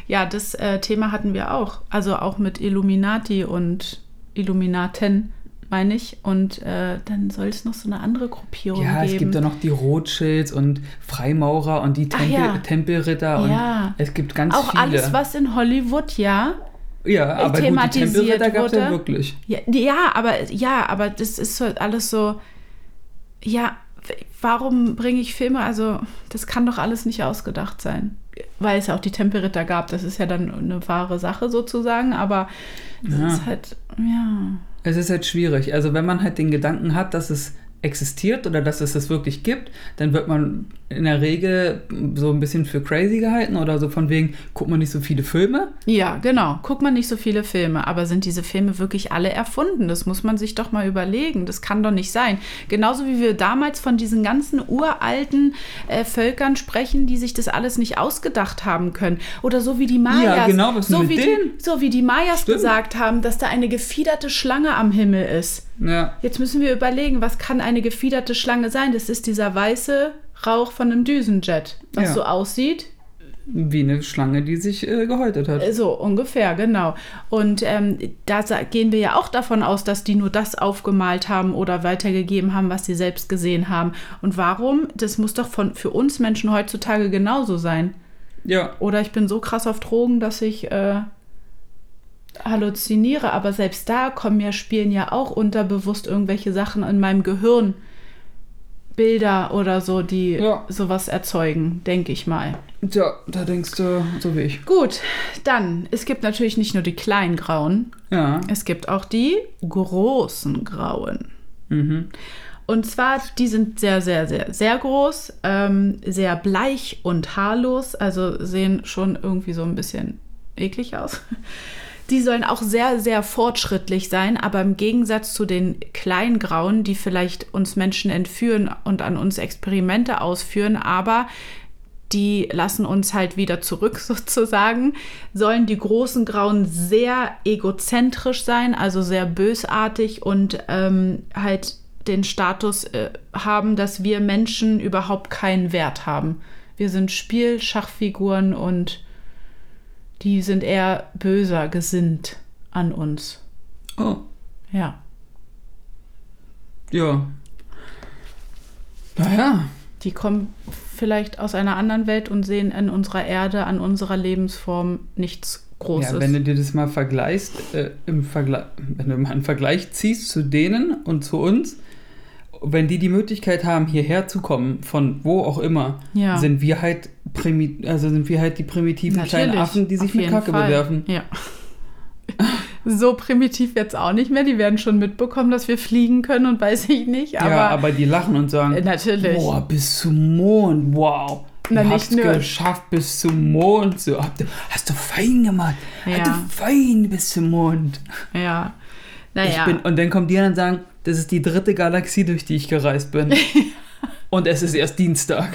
Speaker 1: ja, das äh, Thema hatten wir auch. Also auch mit Illuminati und Illuminaten, meine ich. Und äh, dann soll es noch so eine andere Gruppierung
Speaker 2: Ja,
Speaker 1: geben.
Speaker 2: es gibt ja noch die Rothschilds und Freimaurer und die
Speaker 1: Ach
Speaker 2: Tempel,
Speaker 1: ja.
Speaker 2: Tempelritter und
Speaker 1: Ja.
Speaker 2: es gibt ganz
Speaker 1: auch
Speaker 2: viele.
Speaker 1: alles, was in Hollywood, ja,
Speaker 2: ja, aber gut, die
Speaker 1: thematisiert
Speaker 2: Tempelritter gab es ja
Speaker 1: wurde.
Speaker 2: wirklich.
Speaker 1: Ja, ja, aber ja, aber das ist halt alles so. Ja, warum bringe ich Filme? Also, das kann doch alles nicht ausgedacht sein. Weil es ja auch die Temperitter gab, das ist ja dann eine wahre Sache sozusagen, aber es
Speaker 2: Ja.
Speaker 1: ist halt, ja.
Speaker 2: Es ist halt schwierig. Also wenn man halt den Gedanken hat, dass es existiert oder dass es das wirklich gibt, dann wird man in der Regel so ein bisschen für crazy gehalten oder so von wegen, guck mal nicht so viele Filme.
Speaker 1: Ja, genau. Guck mal nicht so viele Filme, aber sind diese Filme wirklich alle erfunden? Das muss man sich doch mal überlegen. Das kann doch nicht sein. Genauso wie wir damals von diesen ganzen uralten äh, Völkern sprechen, die sich das alles nicht ausgedacht haben können. Oder so wie die Mayas.
Speaker 2: genau, was ist
Speaker 1: so
Speaker 2: mit
Speaker 1: wie
Speaker 2: denen?
Speaker 1: die, so wie die Mayas
Speaker 2: Stimmt.
Speaker 1: gesagt haben, dass da eine gefiederte Schlange am Himmel ist.
Speaker 2: Ja,
Speaker 1: Jetzt müssen wir überlegen, was kann eine gefiederte Schlange sein? Das ist dieser weiße Rauch von einem Düsenjet, was
Speaker 2: Ja.
Speaker 1: so aussieht
Speaker 2: wie eine Schlange, die sich äh, gehäutet hat.
Speaker 1: So ungefähr, genau. Und ähm, da sa- gehen wir ja auch davon aus, dass die nur das aufgemalt haben oder weitergegeben haben, was sie selbst gesehen haben. Und warum? Das muss doch von, für uns Menschen heutzutage genauso sein.
Speaker 2: Ja,
Speaker 1: Oder ich bin so krass auf Drogen, dass ich äh, halluziniere. Aber selbst da kommen ja, spielen ja auch unterbewusst irgendwelche Sachen in meinem Gehirn. Bilder oder so, die
Speaker 2: Ja.
Speaker 1: sowas erzeugen, denke ich mal.
Speaker 2: ja, da denkst du so wie ich.
Speaker 1: Gut, dann, es gibt natürlich nicht nur die kleinen Grauen,
Speaker 2: Ja,
Speaker 1: es gibt auch die großen Grauen.
Speaker 2: mhm.
Speaker 1: Und zwar, die sind sehr, sehr, sehr, sehr groß, ähm, sehr bleich und haarlos, also sehen schon irgendwie so ein bisschen eklig aus. Die sollen auch sehr, sehr fortschrittlich sein, aber im Gegensatz zu den kleinen Grauen, die vielleicht uns Menschen entführen und an uns Experimente ausführen, aber die lassen uns halt wieder zurück sozusagen, sollen die großen Grauen sehr egozentrisch sein, also sehr bösartig und ähm, halt den Status äh, haben, dass wir Menschen überhaupt keinen Wert haben. Wir sind Spiel, Schachfiguren und die sind eher böser gesinnt an uns.
Speaker 2: Oh,
Speaker 1: Ja.
Speaker 2: ja. Naja,
Speaker 1: Die kommen vielleicht aus einer anderen Welt und sehen an unserer Erde, an unserer Lebensform nichts Großes.
Speaker 2: Ja, wenn du dir das mal vergleichst, äh, im Vergle wenn du mal einen Vergleich ziehst zu denen und zu uns, wenn die die Möglichkeit haben, hierher zu kommen, von wo auch immer,
Speaker 1: Ja.
Speaker 2: sind wir halt primi also sind wir halt die primitiven kleinen
Speaker 1: Natürlich,
Speaker 2: Affen, die sich
Speaker 1: auf
Speaker 2: mit
Speaker 1: jeden
Speaker 2: Kacke
Speaker 1: Fall.
Speaker 2: bewerfen.
Speaker 1: Ja. so primitiv jetzt auch nicht mehr. Die werden schon mitbekommen, dass wir fliegen können und weiß ich nicht. Aber,
Speaker 2: ja, aber die lachen und sagen,
Speaker 1: Äh, natürlich.
Speaker 2: boah, bis zum Mond, wow.
Speaker 1: Na,
Speaker 2: ihr
Speaker 1: nicht
Speaker 2: habt's
Speaker 1: nur-
Speaker 2: geschafft bis zum Mond. So, habt ihr, hast du fein gemacht.
Speaker 1: Ja.
Speaker 2: Hast du fein bis zum Mond.
Speaker 1: ja. Naja.
Speaker 2: Ich bin, und dann kommen die anderen und sagen, das ist die dritte Galaxie, durch die ich gereist bin. und es ist erst Dienstag.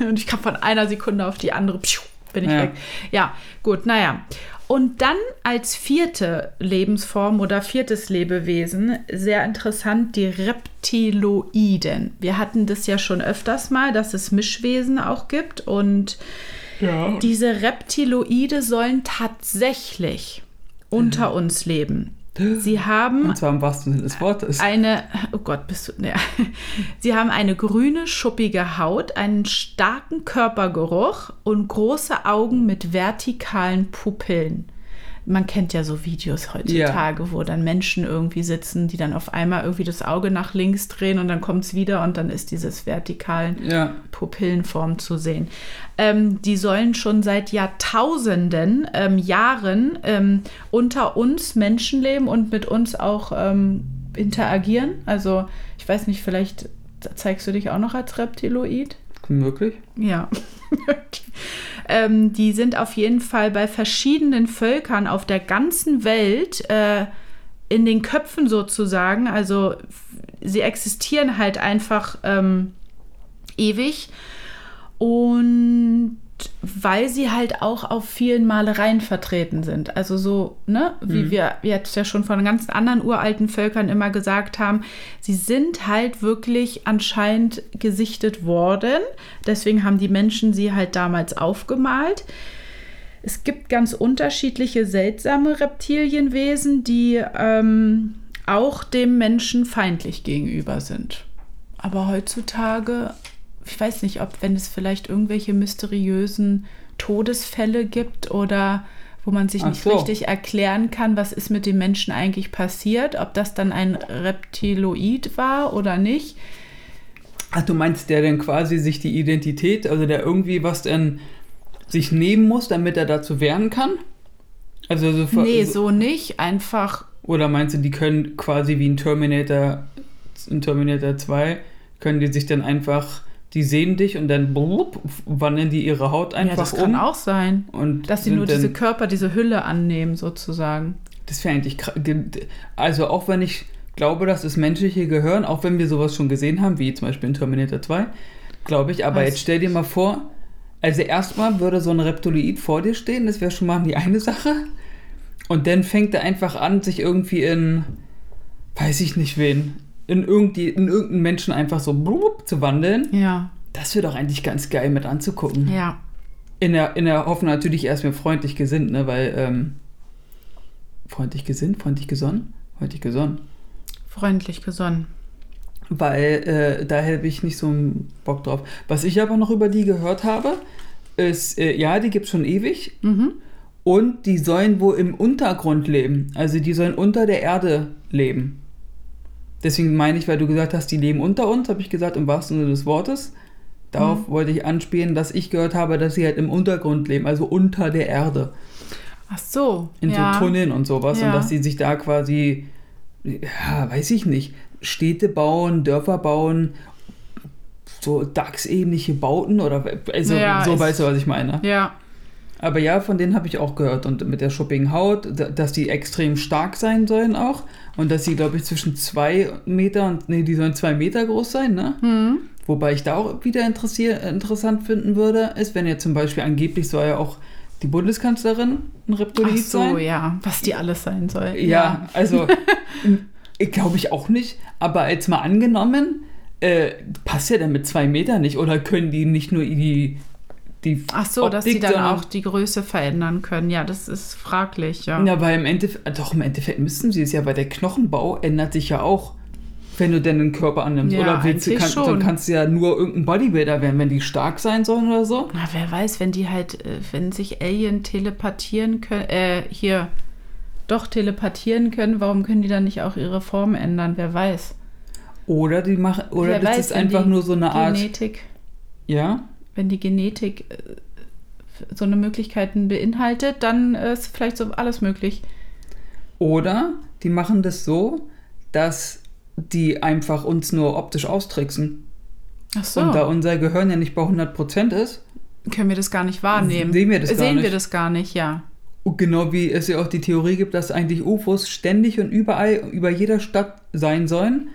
Speaker 1: Und ich kann von einer Sekunde auf die andere, pschuh, bin ich
Speaker 2: Ja.
Speaker 1: weg. Ja, gut, naja. Und dann als vierte Lebensform oder viertes Lebewesen, sehr interessant, die Reptiloiden. Wir hatten das ja schon öfters mal, dass es Mischwesen auch gibt. Und
Speaker 2: Ja.
Speaker 1: diese Reptiloide sollen tatsächlich unter uns leben. Sie haben
Speaker 2: Und zwar im wahrsten Sinne des Wortes.
Speaker 1: eine, oh Gott, bist du, ne. Sie haben eine grüne, schuppige Haut, einen starken Körpergeruch und große Augen mit vertikalen Pupillen. Man kennt ja so Videos heutzutage, wo dann Menschen irgendwie sitzen, die dann auf einmal irgendwie das Auge nach links drehen und dann kommt es wieder und dann ist dieses vertikalen
Speaker 2: Ja.
Speaker 1: Pupillenform zu sehen. Ähm, die sollen schon seit Jahrtausenden, ähm, Jahren ähm, unter uns Menschen leben und mit uns auch ähm, interagieren. Also ich weiß nicht, vielleicht zeigst du dich auch noch als Reptiloid?
Speaker 2: Möglich?
Speaker 1: Ja. ähm, die sind auf jeden Fall bei verschiedenen Völkern auf der ganzen Welt äh, in den Köpfen sozusagen. Also f- sie existieren halt einfach ähm, ewig. Und weil sie halt auch auf vielen Malereien vertreten sind. Also so, ne, wie wir jetzt ja schon von ganzen anderen uralten Völkern immer gesagt haben, sie sind halt wirklich anscheinend gesichtet worden. Deswegen haben die Menschen sie halt damals aufgemalt. Es gibt ganz unterschiedliche seltsame Reptilienwesen, die ähm, auch dem Menschen feindlich gegenüber sind. Aber heutzutage, ich weiß nicht, ob wenn es vielleicht irgendwelche mysteriösen Todesfälle gibt oder wo man sich
Speaker 2: Ach
Speaker 1: nicht
Speaker 2: so.
Speaker 1: richtig erklären kann, was ist mit dem Menschen eigentlich passiert, ob das dann ein Reptiloid war oder nicht.
Speaker 2: Ach, du meinst, der dann quasi sich die Identität, also der irgendwie was dann sich nehmen muss, damit er dazu werden kann? Also so ver-
Speaker 1: Nee,
Speaker 2: so-
Speaker 1: so nicht. Einfach,
Speaker 2: Oder meinst du, die können quasi wie in Terminator, in Terminator 2, können die sich dann einfach, die sehen dich und dann blub, wandeln die ihre Haut
Speaker 1: ja,
Speaker 2: einfach
Speaker 1: das
Speaker 2: um.
Speaker 1: kann auch sein.
Speaker 2: Und
Speaker 1: Dass sie
Speaker 2: sind
Speaker 1: nur diese
Speaker 2: dann-
Speaker 1: Körper, diese Hülle annehmen, sozusagen.
Speaker 2: Das wäre eigentlich kra- ge- d- Also auch wenn ich glaube, dass das menschliche Gehirn, auch wenn wir sowas schon gesehen haben, wie zum Beispiel in Terminator 2, glaube ich, aber
Speaker 1: Also-
Speaker 2: jetzt stell dir mal vor, also erstmal würde so ein Reptiloid vor dir stehen, das wäre schon mal die eine Sache. Und dann fängt er einfach an, sich irgendwie in, weiß ich nicht wen, in, irgendwie, in irgendeinen Menschen einfach so blub zu wandeln.
Speaker 1: Ja,
Speaker 2: Das wäre doch eigentlich ganz geil mit anzugucken.
Speaker 1: ja.
Speaker 2: In der, in der Hoffnung natürlich erstmal freundlich gesinnt, ne? Weil, ähm, freundlich gesinnt, freundlich gesonnen? Freundlich gesonnen.
Speaker 1: Freundlich gesonnen.
Speaker 2: Weil äh, da habe ich nicht so einen Bock drauf. Was ich aber noch über die gehört habe, ist, äh, ja, die gibt es schon ewig.
Speaker 1: Mhm.
Speaker 2: Und die sollen wohl im Untergrund leben. Also die sollen unter der Erde leben. Deswegen meine ich, weil du gesagt hast, die leben unter uns, habe ich gesagt, im wahrsten Sinne des Wortes. Darauf wollte ich anspielen, dass ich gehört habe, dass sie halt im Untergrund leben, also unter der Erde.
Speaker 1: Ach so.
Speaker 2: in
Speaker 1: ja.
Speaker 2: so Tunneln und sowas und
Speaker 1: Ja.
Speaker 2: dass die sich da quasi, ja, weiß ich nicht, Städte bauen, Dörfer bauen, so DAX-ähnliche Bauten oder also,
Speaker 1: Ja,
Speaker 2: so
Speaker 1: ist-
Speaker 2: weißt du, was ich meine.
Speaker 1: Ja,
Speaker 2: Aber ja, von denen habe ich auch gehört und mit der schuppigen Haut, da- dass die extrem stark sein sollen auch und dass sie, glaube ich, zwischen zwei Meter und, nee, die sollen zwei Meter groß sein, ne?
Speaker 1: Mhm.
Speaker 2: Wobei ich da auch wieder interessier- interessant finden würde, ist, wenn ja zum Beispiel angeblich soll ja auch die Bundeskanzlerin ein Reptilit
Speaker 1: ach so,
Speaker 2: sein.
Speaker 1: ja. Was die alles sein soll.
Speaker 2: Ja, also glaube ich auch nicht. Aber jetzt mal angenommen, äh, passt ja dann mit zwei Metern nicht. Oder können die nicht nur die, die
Speaker 1: Ach so, dass
Speaker 2: Optik,
Speaker 1: die dann
Speaker 2: sondern-
Speaker 1: auch die Größe verändern können. Ja, das ist fraglich, ja.
Speaker 2: Na, weil im Endeffekt, doch im Endeffekt müssten sie es ja, weil der Knochenbau ändert sich ja auch, wenn du denn einen Körper annimmst.
Speaker 1: Ja,
Speaker 2: oder willst du,
Speaker 1: eigentlich
Speaker 2: kann,
Speaker 1: schon.
Speaker 2: dann kannst du ja nur irgendein Bodybuilder werden, wenn die stark sein sollen oder so.
Speaker 1: Na, wer weiß, wenn die halt, äh, wenn sich Alien telepathieren können, äh, hier doch telepathieren können, warum können die dann nicht auch ihre Form ändern? Wer weiß.
Speaker 2: Oder die machen, oder
Speaker 1: wer
Speaker 2: das
Speaker 1: weiß,
Speaker 2: ist
Speaker 1: wenn
Speaker 2: einfach
Speaker 1: die
Speaker 2: nur so eine Art.
Speaker 1: Genetik,
Speaker 2: Ja?
Speaker 1: wenn die Genetik äh, so eine Möglichkeiten beinhaltet, dann äh, ist vielleicht so alles möglich.
Speaker 2: Oder die machen das so, dass die einfach uns nur optisch austricksen.
Speaker 1: Ach so,
Speaker 2: Und da unser Gehirn ja nicht bei 100% ist,
Speaker 1: können wir das gar nicht wahrnehmen.
Speaker 2: Sehen wir das gar
Speaker 1: Sehen wir
Speaker 2: nicht.
Speaker 1: das gar nicht, ja.
Speaker 2: und genau wie es ja auch die Theorie gibt, dass eigentlich UFOs ständig und überall, über jeder Stadt sein sollen,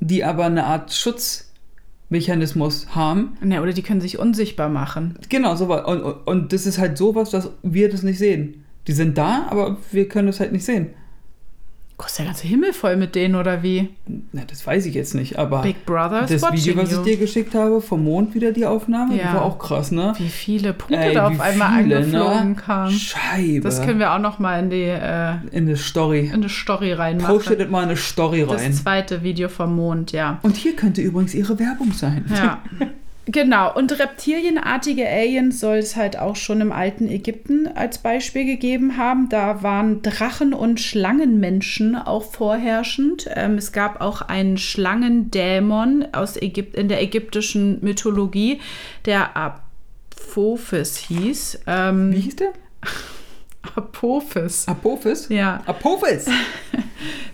Speaker 2: die aber eine Art Schutzmechanismus haben.
Speaker 1: Ne, oder die können sich unsichtbar machen.
Speaker 2: Genau, sowas. Und, und, und das ist halt sowas, dass wir das nicht sehen. Die sind da, aber wir können das halt nicht sehen.
Speaker 1: Gott, ist der ganze Himmel voll mit denen, oder wie?
Speaker 2: Na, das weiß ich jetzt nicht, aber
Speaker 1: Big Brother is
Speaker 2: das
Speaker 1: watching
Speaker 2: Video, was ich
Speaker 1: you.
Speaker 2: dir geschickt habe, vom Mond wieder die Aufnahme,
Speaker 1: Ja.
Speaker 2: war auch krass, ne?
Speaker 1: Wie viele Punkte
Speaker 2: Ey,
Speaker 1: da
Speaker 2: wie
Speaker 1: auf einmal
Speaker 2: viele,
Speaker 1: angeflogen
Speaker 2: ne?
Speaker 1: kamen.
Speaker 2: Scheibe.
Speaker 1: Das können wir auch noch mal in die, äh,
Speaker 2: in eine Story.
Speaker 1: in die Story
Speaker 2: Postet
Speaker 1: reinmachen.
Speaker 2: mal eine Story rein.
Speaker 1: Das zweite Video vom Mond, ja.
Speaker 2: Und hier könnte übrigens ihre Werbung sein.
Speaker 1: Ja. Genau, und reptilienartige Aliens soll es halt auch schon im alten Ägypten als Beispiel gegeben haben. Da waren Drachen und Schlangenmenschen auch vorherrschend. Ähm, es gab auch einen Schlangendämon aus Ägyp in der ägyptischen Mythologie, der Apophis hieß. Ähm,
Speaker 2: Wie hieß der?
Speaker 1: Apophis.
Speaker 2: Apophis?
Speaker 1: Ja.
Speaker 2: Apophis!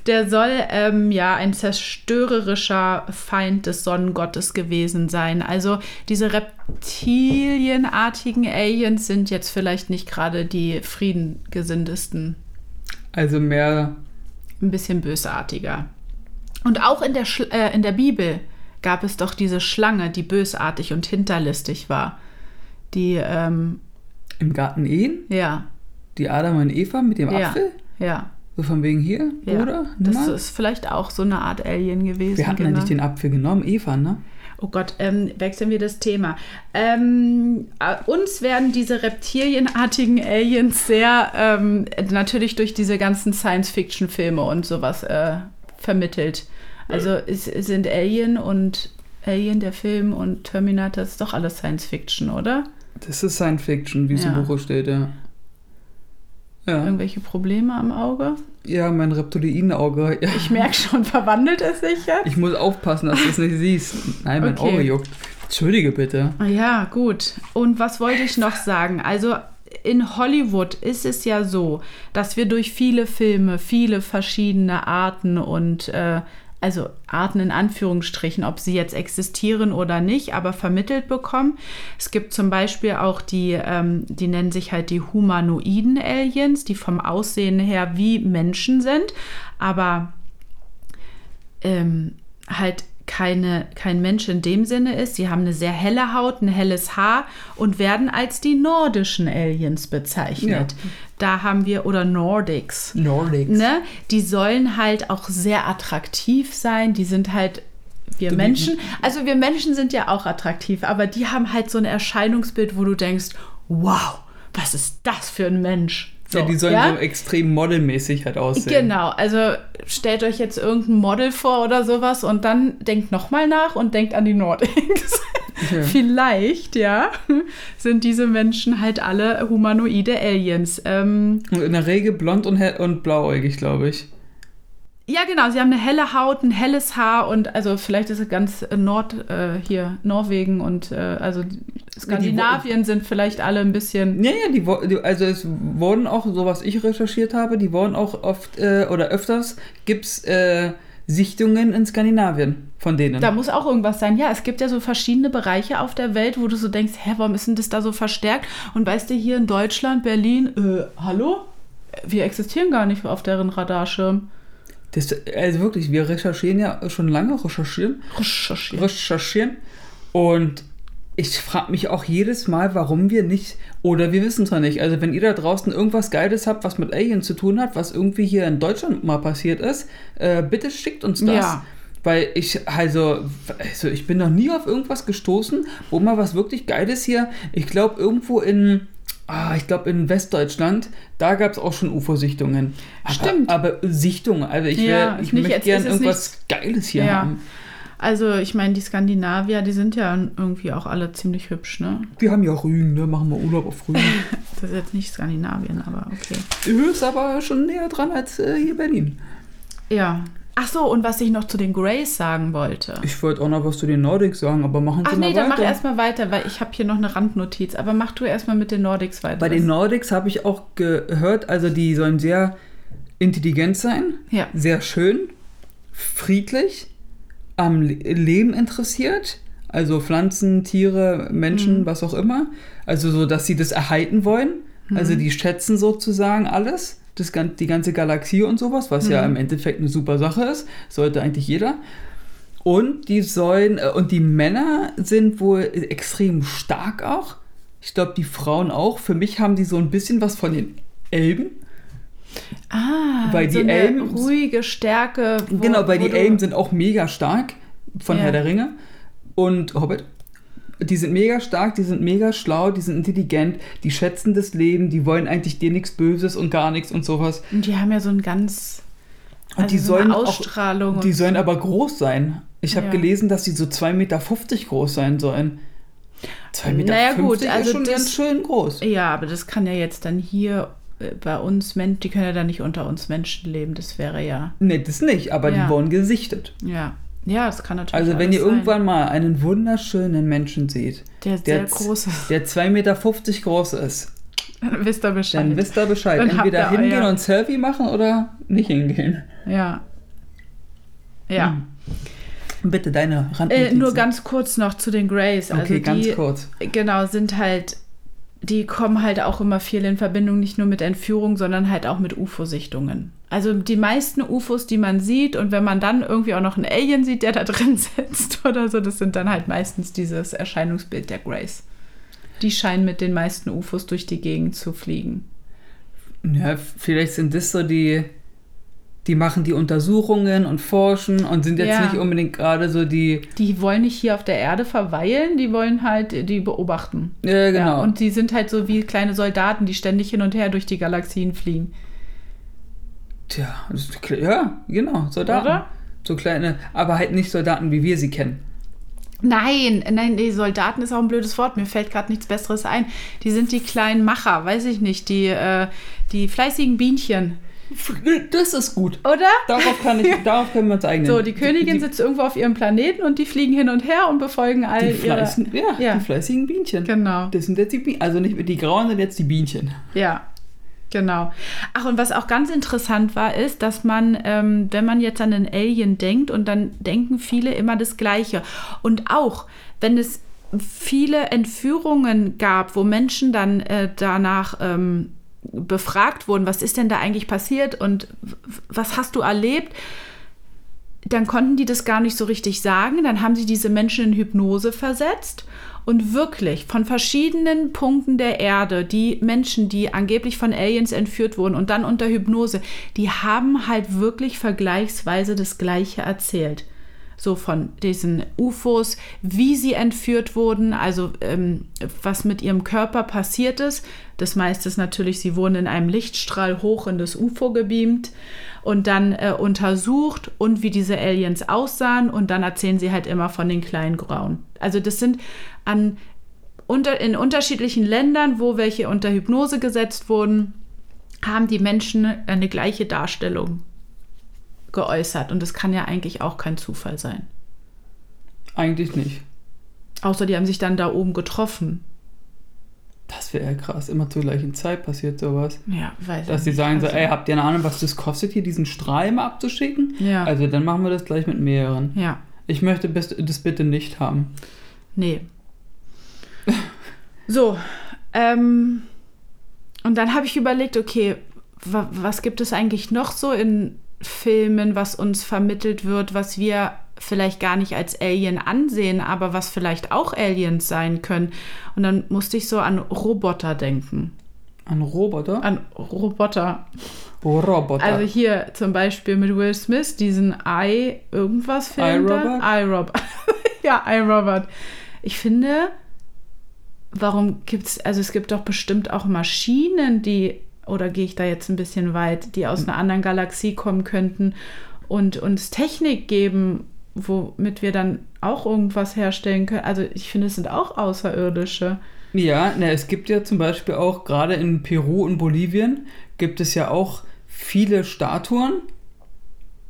Speaker 1: Der soll ähm, ja ein zerstörerischer Feind des Sonnengottes gewesen sein. Also diese reptilienartigen Aliens sind jetzt vielleicht nicht gerade die friedengesindesten,
Speaker 2: Also mehr.
Speaker 1: ein bisschen bösartiger. Und auch in der, Schl äh, in der Bibel gab es doch diese Schlange, die bösartig und hinterlistig war. Die, ähm,
Speaker 2: Im Garten Eden,
Speaker 1: ja,
Speaker 2: die Adam und Eva mit dem
Speaker 1: ja,
Speaker 2: Apfel.
Speaker 1: ja,
Speaker 2: So von wegen hier,
Speaker 1: ja.
Speaker 2: oder?
Speaker 1: Das ist vielleicht auch so eine Art Alien gewesen.
Speaker 2: wir hatten
Speaker 1: genau.
Speaker 2: eigentlich den Apfel genommen, Eva, ne?
Speaker 1: Oh Gott, ähm, wechseln wir das Thema. Ähm, äh, uns werden diese reptilienartigen Aliens sehr ähm, natürlich durch diese ganzen Science-Fiction-Filme und sowas äh, vermittelt. Also es, es sind Alien und Alien, der Film und Terminator, ist doch alles Science-Fiction, oder?
Speaker 2: Das ist Science Fiction, wie es
Speaker 1: Ja.
Speaker 2: im Buche steht, ja. Ja,
Speaker 1: Irgendwelche Probleme am Auge?
Speaker 2: ja mein Reptilienauge. Ja.
Speaker 1: Ich merke schon, verwandelt es sich jetzt?
Speaker 2: Ich muss aufpassen, dass du es nicht siehst. Nein, mein
Speaker 1: Okay.
Speaker 2: Auge juckt. Entschuldige bitte.
Speaker 1: Ah Ja, gut. Und was wollte ich noch sagen? Also in Hollywood ist es ja so, dass wir durch viele Filme, viele verschiedene Arten und äh, also Arten in Anführungsstrichen, ob sie jetzt existieren oder nicht, aber vermittelt bekommen. Es gibt zum Beispiel auch die, ähm, die nennen sich halt die humanoiden Aliens, die vom Aussehen her wie Menschen sind, aber ähm, halt keine, kein Mensch in dem Sinne ist. Sie haben eine sehr helle Haut, ein helles Haar und werden als die nordischen Aliens bezeichnet. Da haben wir, oder Nordics.
Speaker 2: Nordics.
Speaker 1: Ne? Die sollen halt auch sehr attraktiv sein. Die sind halt. Wir
Speaker 2: Du-
Speaker 1: Menschen, also wir Menschen sind ja auch attraktiv, aber die haben halt so ein Erscheinungsbild, wo du denkst, wow, was ist das für ein Mensch?
Speaker 2: ja, die sollen
Speaker 1: ja?
Speaker 2: so extrem modelmäßig halt aussehen.
Speaker 1: Genau, also stellt euch jetzt irgendein Model vor oder sowas und dann denkt nochmal nach und denkt an die Nordics.
Speaker 2: Ja.
Speaker 1: Vielleicht, ja, sind diese Menschen halt alle humanoide Aliens. Ähm,
Speaker 2: Und in der Regel blond und, hell und blauäugig, glaube ich.
Speaker 1: ja, genau, sie haben eine helle Haut, ein helles Haar und also vielleicht ist es ganz äh, Nord äh, hier, Norwegen und äh, also Skandinavien sind vielleicht alle ein bisschen.
Speaker 2: Ja, ja, die, wo- die, also es wurden auch, so was ich recherchiert habe, die wurden auch oft äh, oder öfters gibt's äh, Sichtungen in Skandinavien von denen.
Speaker 1: Da muss auch irgendwas sein. Ja, es gibt ja so verschiedene Bereiche auf der Welt, wo du so denkst, hä, warum ist denn das da so verstärkt? Und weißt du, hier in Deutschland, Berlin, äh, hallo? Wir existieren gar nicht auf deren Radarschirm.
Speaker 2: das, also wirklich, wir recherchieren ja schon lange, recherchieren,
Speaker 1: Recherchiert.
Speaker 2: recherchieren und ich frage mich auch jedes Mal, warum wir nicht, oder wir wissen es noch nicht. Also wenn ihr da draußen irgendwas Geiles habt, was mit Alien zu tun hat, was irgendwie hier in Deutschland mal passiert ist, äh, bitte schickt uns das.
Speaker 1: Ja.
Speaker 2: Weil ich, also, also, ich bin noch nie auf irgendwas gestoßen, wo mal was wirklich Geiles hier, ich glaube, irgendwo in, ah, ich glaube, in Westdeutschland, da gab es auch schon UFO-Sichtungen. Aber-
Speaker 1: Stimmt.
Speaker 2: Aber Sichtungen, also ich,
Speaker 1: Ja,
Speaker 2: wär,
Speaker 1: ist
Speaker 2: ich
Speaker 1: nicht-
Speaker 2: möchte
Speaker 1: jetzt
Speaker 2: gerne
Speaker 1: ist es
Speaker 2: irgendwas Geiles hier
Speaker 1: Ja.
Speaker 2: haben.
Speaker 1: Also, ich meine, die Skandinavier, die sind ja irgendwie auch alle ziemlich hübsch, ne?
Speaker 2: Wir haben ja Rügen, ne? Machen wir Urlaub auf Rügen.
Speaker 1: Das ist jetzt nicht Skandinavien, aber okay.
Speaker 2: Ist aber schon näher dran als äh, hier Berlin.
Speaker 1: Ja. Ach so, und was ich noch zu den Grays sagen wollte.
Speaker 2: Ich wollte auch noch was zu den Nordics sagen, aber machen
Speaker 1: Ach
Speaker 2: Sie
Speaker 1: nee,
Speaker 2: mal
Speaker 1: dann mach
Speaker 2: weiter.
Speaker 1: erstmal weiter, weil ich habe hier noch eine Randnotiz. Aber mach du erstmal mit den Nordics weiter.
Speaker 2: Bei den Nordics habe ich auch gehört, also die sollen sehr intelligent sein,
Speaker 1: Ja.
Speaker 2: sehr schön, friedlich, am Le Leben interessiert, also Pflanzen, Tiere, Menschen, was auch immer. Also so, dass sie das erhalten wollen. Also die schätzen sozusagen alles, das, gan- die ganze Galaxie und sowas, was ja im Endeffekt eine super Sache ist, sollte eigentlich jeder. Und die sollen, äh, und die Männer sind wohl extrem stark auch. Ich glaube, die Frauen auch. Für mich haben die so ein bisschen was von den Elben.
Speaker 1: Ah,
Speaker 2: Weil
Speaker 1: so
Speaker 2: die
Speaker 1: eine
Speaker 2: Elben-
Speaker 1: ruhige Stärke. wo-
Speaker 2: genau, weil
Speaker 1: wo
Speaker 2: die
Speaker 1: du-
Speaker 2: Elben sind auch mega stark von
Speaker 1: Ja.
Speaker 2: Herr der Ringe und Hobbit. Die sind mega stark, die sind mega schlau, die sind intelligent, die schätzen das Leben, die wollen eigentlich dir nichts Böses und gar nichts und sowas.
Speaker 1: Und die haben ja so ein ganz.
Speaker 2: Und
Speaker 1: also
Speaker 2: die
Speaker 1: so
Speaker 2: sollen
Speaker 1: eine
Speaker 2: auch,
Speaker 1: Ausstrahlung.
Speaker 2: die
Speaker 1: und-
Speaker 2: sollen aber groß sein. Ich habe
Speaker 1: Oh Ja.
Speaker 2: gelesen, dass die so 2,50 Meter groß sein sollen. 2,50 Meter
Speaker 1: Naja, gut, also
Speaker 2: ist schon
Speaker 1: das-
Speaker 2: ganz schön groß.
Speaker 1: ja, aber das kann ja jetzt dann hier äh, bei uns Menschen, die können ja dann nicht unter uns Menschen leben. Das wäre ja.
Speaker 2: Nee, das nicht, aber
Speaker 1: Ja.
Speaker 2: die wurden gesichtet.
Speaker 1: Ja. Ja, das kann natürlich.
Speaker 2: Also wenn
Speaker 1: alles
Speaker 2: ihr irgendwann mal einen wunderschönen Menschen seht,
Speaker 1: Sein, der, sehr
Speaker 2: z-
Speaker 1: groß ist,
Speaker 2: der 2,50 Meter groß ist,
Speaker 1: dann wisst ihr Bescheid.
Speaker 2: dann wisst ihr Bescheid.
Speaker 1: Dann habt ihr
Speaker 2: Entweder hingehen
Speaker 1: euer-
Speaker 2: und Selfie machen oder nicht hingehen.
Speaker 1: ja. Ja.
Speaker 2: Hm. Bitte deine Randnotizen.
Speaker 1: Äh, nur ganz kurz noch zu den Grays. Also
Speaker 2: Okay, ganz
Speaker 1: die,
Speaker 2: kurz.
Speaker 1: genau, sind halt, die kommen halt auch immer viel in Verbindung, nicht nur mit Entführung, sondern halt auch mit UFO-Sichtungen. Also die meisten UFOs, die man sieht, und wenn man dann irgendwie auch noch einen Alien sieht, der da drin sitzt oder so, das sind dann halt meistens dieses Erscheinungsbild der Grays. Die scheinen mit den meisten UFOs durch die Gegend zu fliegen.
Speaker 2: Ja, vielleicht sind das so die, die machen die Untersuchungen und forschen und sind jetzt
Speaker 1: Ja.
Speaker 2: nicht unbedingt gerade so die,
Speaker 1: Die wollen nicht hier auf der Erde verweilen, die wollen halt die beobachten.
Speaker 2: ja genau.
Speaker 1: Ja, und die sind halt so wie kleine Soldaten, die ständig hin und her durch die Galaxien fliegen.
Speaker 2: Tja, das ist klar- ja, genau, Soldaten.
Speaker 1: Oder?
Speaker 2: So kleine, aber halt nicht Soldaten, wie wir sie kennen.
Speaker 1: Nein, nein, nee, Soldaten ist auch ein blödes Wort. Mir fällt gerade nichts Besseres ein. Die sind die kleinen Macher, weiß ich nicht. Die, äh, Die fleißigen Bienchen,
Speaker 2: Das ist gut.
Speaker 1: oder?
Speaker 2: Darauf, kann ich, darauf können wir uns eignen.
Speaker 1: So, die Königin sitzt irgendwo auf ihrem Planeten und die fliegen hin und her und befolgen all
Speaker 2: die,
Speaker 1: ihre.
Speaker 2: fleißen, ja,
Speaker 1: Ja.
Speaker 2: die fleißigen Bienchen.
Speaker 1: Genau.
Speaker 2: Das sind jetzt die Bienchen. Also nicht die Grauen sind jetzt die Bienchen.
Speaker 1: Ja, genau. Ach, und was auch ganz interessant war, ist, dass man, ähm, wenn man jetzt an den Alien denkt, und dann denken viele immer das Gleiche. Und auch, wenn es viele Entführungen gab, wo Menschen dann äh, danach ähm, befragt wurden, was ist denn da eigentlich passiert und w- was hast du erlebt? dann konnten die das gar nicht so richtig sagen. Dann haben sie diese Menschen in Hypnose versetzt und wirklich von verschiedenen Punkten der Erde, die Menschen, die angeblich von Aliens entführt wurden und dann unter Hypnose, die haben halt wirklich vergleichsweise das Gleiche erzählt. So von diesen UFOs, wie sie entführt wurden, also ähm, was mit ihrem Körper passiert ist. Das meiste ist natürlich, sie wurden in einem Lichtstrahl hoch in das UFO gebeamt und dann äh, untersucht und wie diese Aliens aussahen. Und dann erzählen sie halt immer von den kleinen Grauen. Also das sind an, unter, in unterschiedlichen Ländern, wo welche unter Hypnose gesetzt wurden, haben die Menschen eine gleiche Darstellung geäußert. Und das kann ja eigentlich auch kein Zufall sein.
Speaker 2: Eigentlich nicht.
Speaker 1: Außer die haben sich dann da oben getroffen.
Speaker 2: Das wäre ja krass. Immer zur gleichen Zeit passiert sowas.
Speaker 1: Ja, weiß
Speaker 2: Dass
Speaker 1: ich
Speaker 2: die
Speaker 1: nicht.
Speaker 2: sagen so,
Speaker 1: Also-
Speaker 2: ey, habt ihr eine Ahnung, was das kostet, hier diesen Strahl mal abzuschicken?
Speaker 1: Ja.
Speaker 2: Also dann machen wir das gleich mit mehreren.
Speaker 1: Ja,
Speaker 2: Ich möchte bis- das bitte nicht haben.
Speaker 1: nee. So, ähm, und dann habe ich überlegt, okay, wa was gibt es eigentlich noch so in Filmen, was uns vermittelt wird, was wir vielleicht gar nicht als Alien ansehen, aber was vielleicht auch Aliens sein können. Und dann musste ich so an Roboter denken.
Speaker 2: An Roboter?
Speaker 1: An Roboter.
Speaker 2: Roboter.
Speaker 1: Also hier zum Beispiel mit Will Smith, diesen I irgendwas Film.
Speaker 2: iRobot?
Speaker 1: da? iRobot. ja, iRobot. Ich finde, warum gibt's, also es gibt doch bestimmt auch Maschinen, die, oder gehe ich da jetzt ein bisschen weit, die aus einer anderen Galaxie kommen könnten und uns Technik geben, womit wir dann auch irgendwas herstellen können. Also ich finde, es sind auch Außerirdische.
Speaker 2: Ja, na, es gibt ja zum Beispiel auch, gerade in Peru und Bolivien, gibt es ja auch viele Statuen,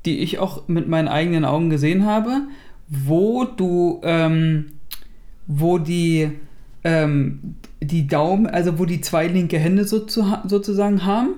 Speaker 2: die ich auch mit meinen eigenen Augen gesehen habe, wo du, ähm, wo die, ähm, die Daumen, also wo die zwei linke Hände so zu, sozusagen haben.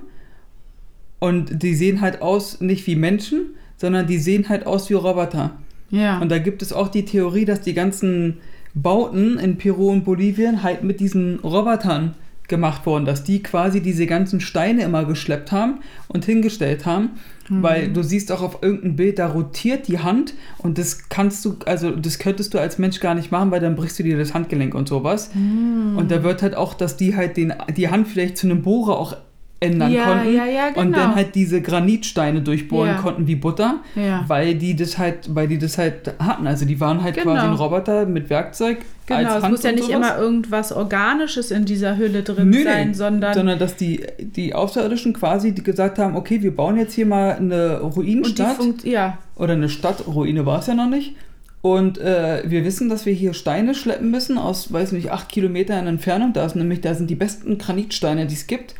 Speaker 2: Und die sehen halt aus, nicht wie Menschen, sondern die sehen halt aus wie Roboter.
Speaker 1: Ja.
Speaker 2: Und da gibt es auch die Theorie, dass die ganzen Bauten in Peru und Bolivien halt mit diesen Robotern gemacht wurden, dass die quasi diese ganzen Steine immer geschleppt haben und hingestellt haben,
Speaker 1: Mhm.
Speaker 2: weil du siehst auch auf irgendeinem Bild, da rotiert die Hand und das kannst du, also das könntest du als Mensch gar nicht machen, weil dann brichst du dir das Handgelenk und sowas.
Speaker 1: Mhm.
Speaker 2: Und da wird halt auch, dass die halt den, die Hand vielleicht zu einem Bohrer auch ändern
Speaker 1: Ja,
Speaker 2: konnten
Speaker 1: ja, ja,
Speaker 2: und
Speaker 1: genau.
Speaker 2: dann halt diese Granitsteine durchbohren
Speaker 1: Ja.
Speaker 2: konnten wie Butter,
Speaker 1: Ja.
Speaker 2: weil die das halt, weil die das halt hatten. Also die waren halt
Speaker 1: Genau.
Speaker 2: quasi ein Roboter mit Werkzeug. als
Speaker 1: Genau, es
Speaker 2: Hand
Speaker 1: muss ja
Speaker 2: und
Speaker 1: nicht
Speaker 2: sowas.
Speaker 1: immer irgendwas Organisches in dieser Hülle drin
Speaker 2: Nö, nö.
Speaker 1: sein, sondern
Speaker 2: sondern dass die, die Außerirdischen quasi die gesagt haben, okay, wir bauen jetzt hier mal eine
Speaker 1: Und die
Speaker 2: Ruinenstadt
Speaker 1: Funkt ja,
Speaker 2: oder eine Stadtruine war es ja noch nicht. Und äh, wir wissen, dass wir hier Steine schleppen müssen aus, weiß nicht, acht Kilometern Entfernung. Da ist nämlich, da sind die besten Granitsteine, die es gibt.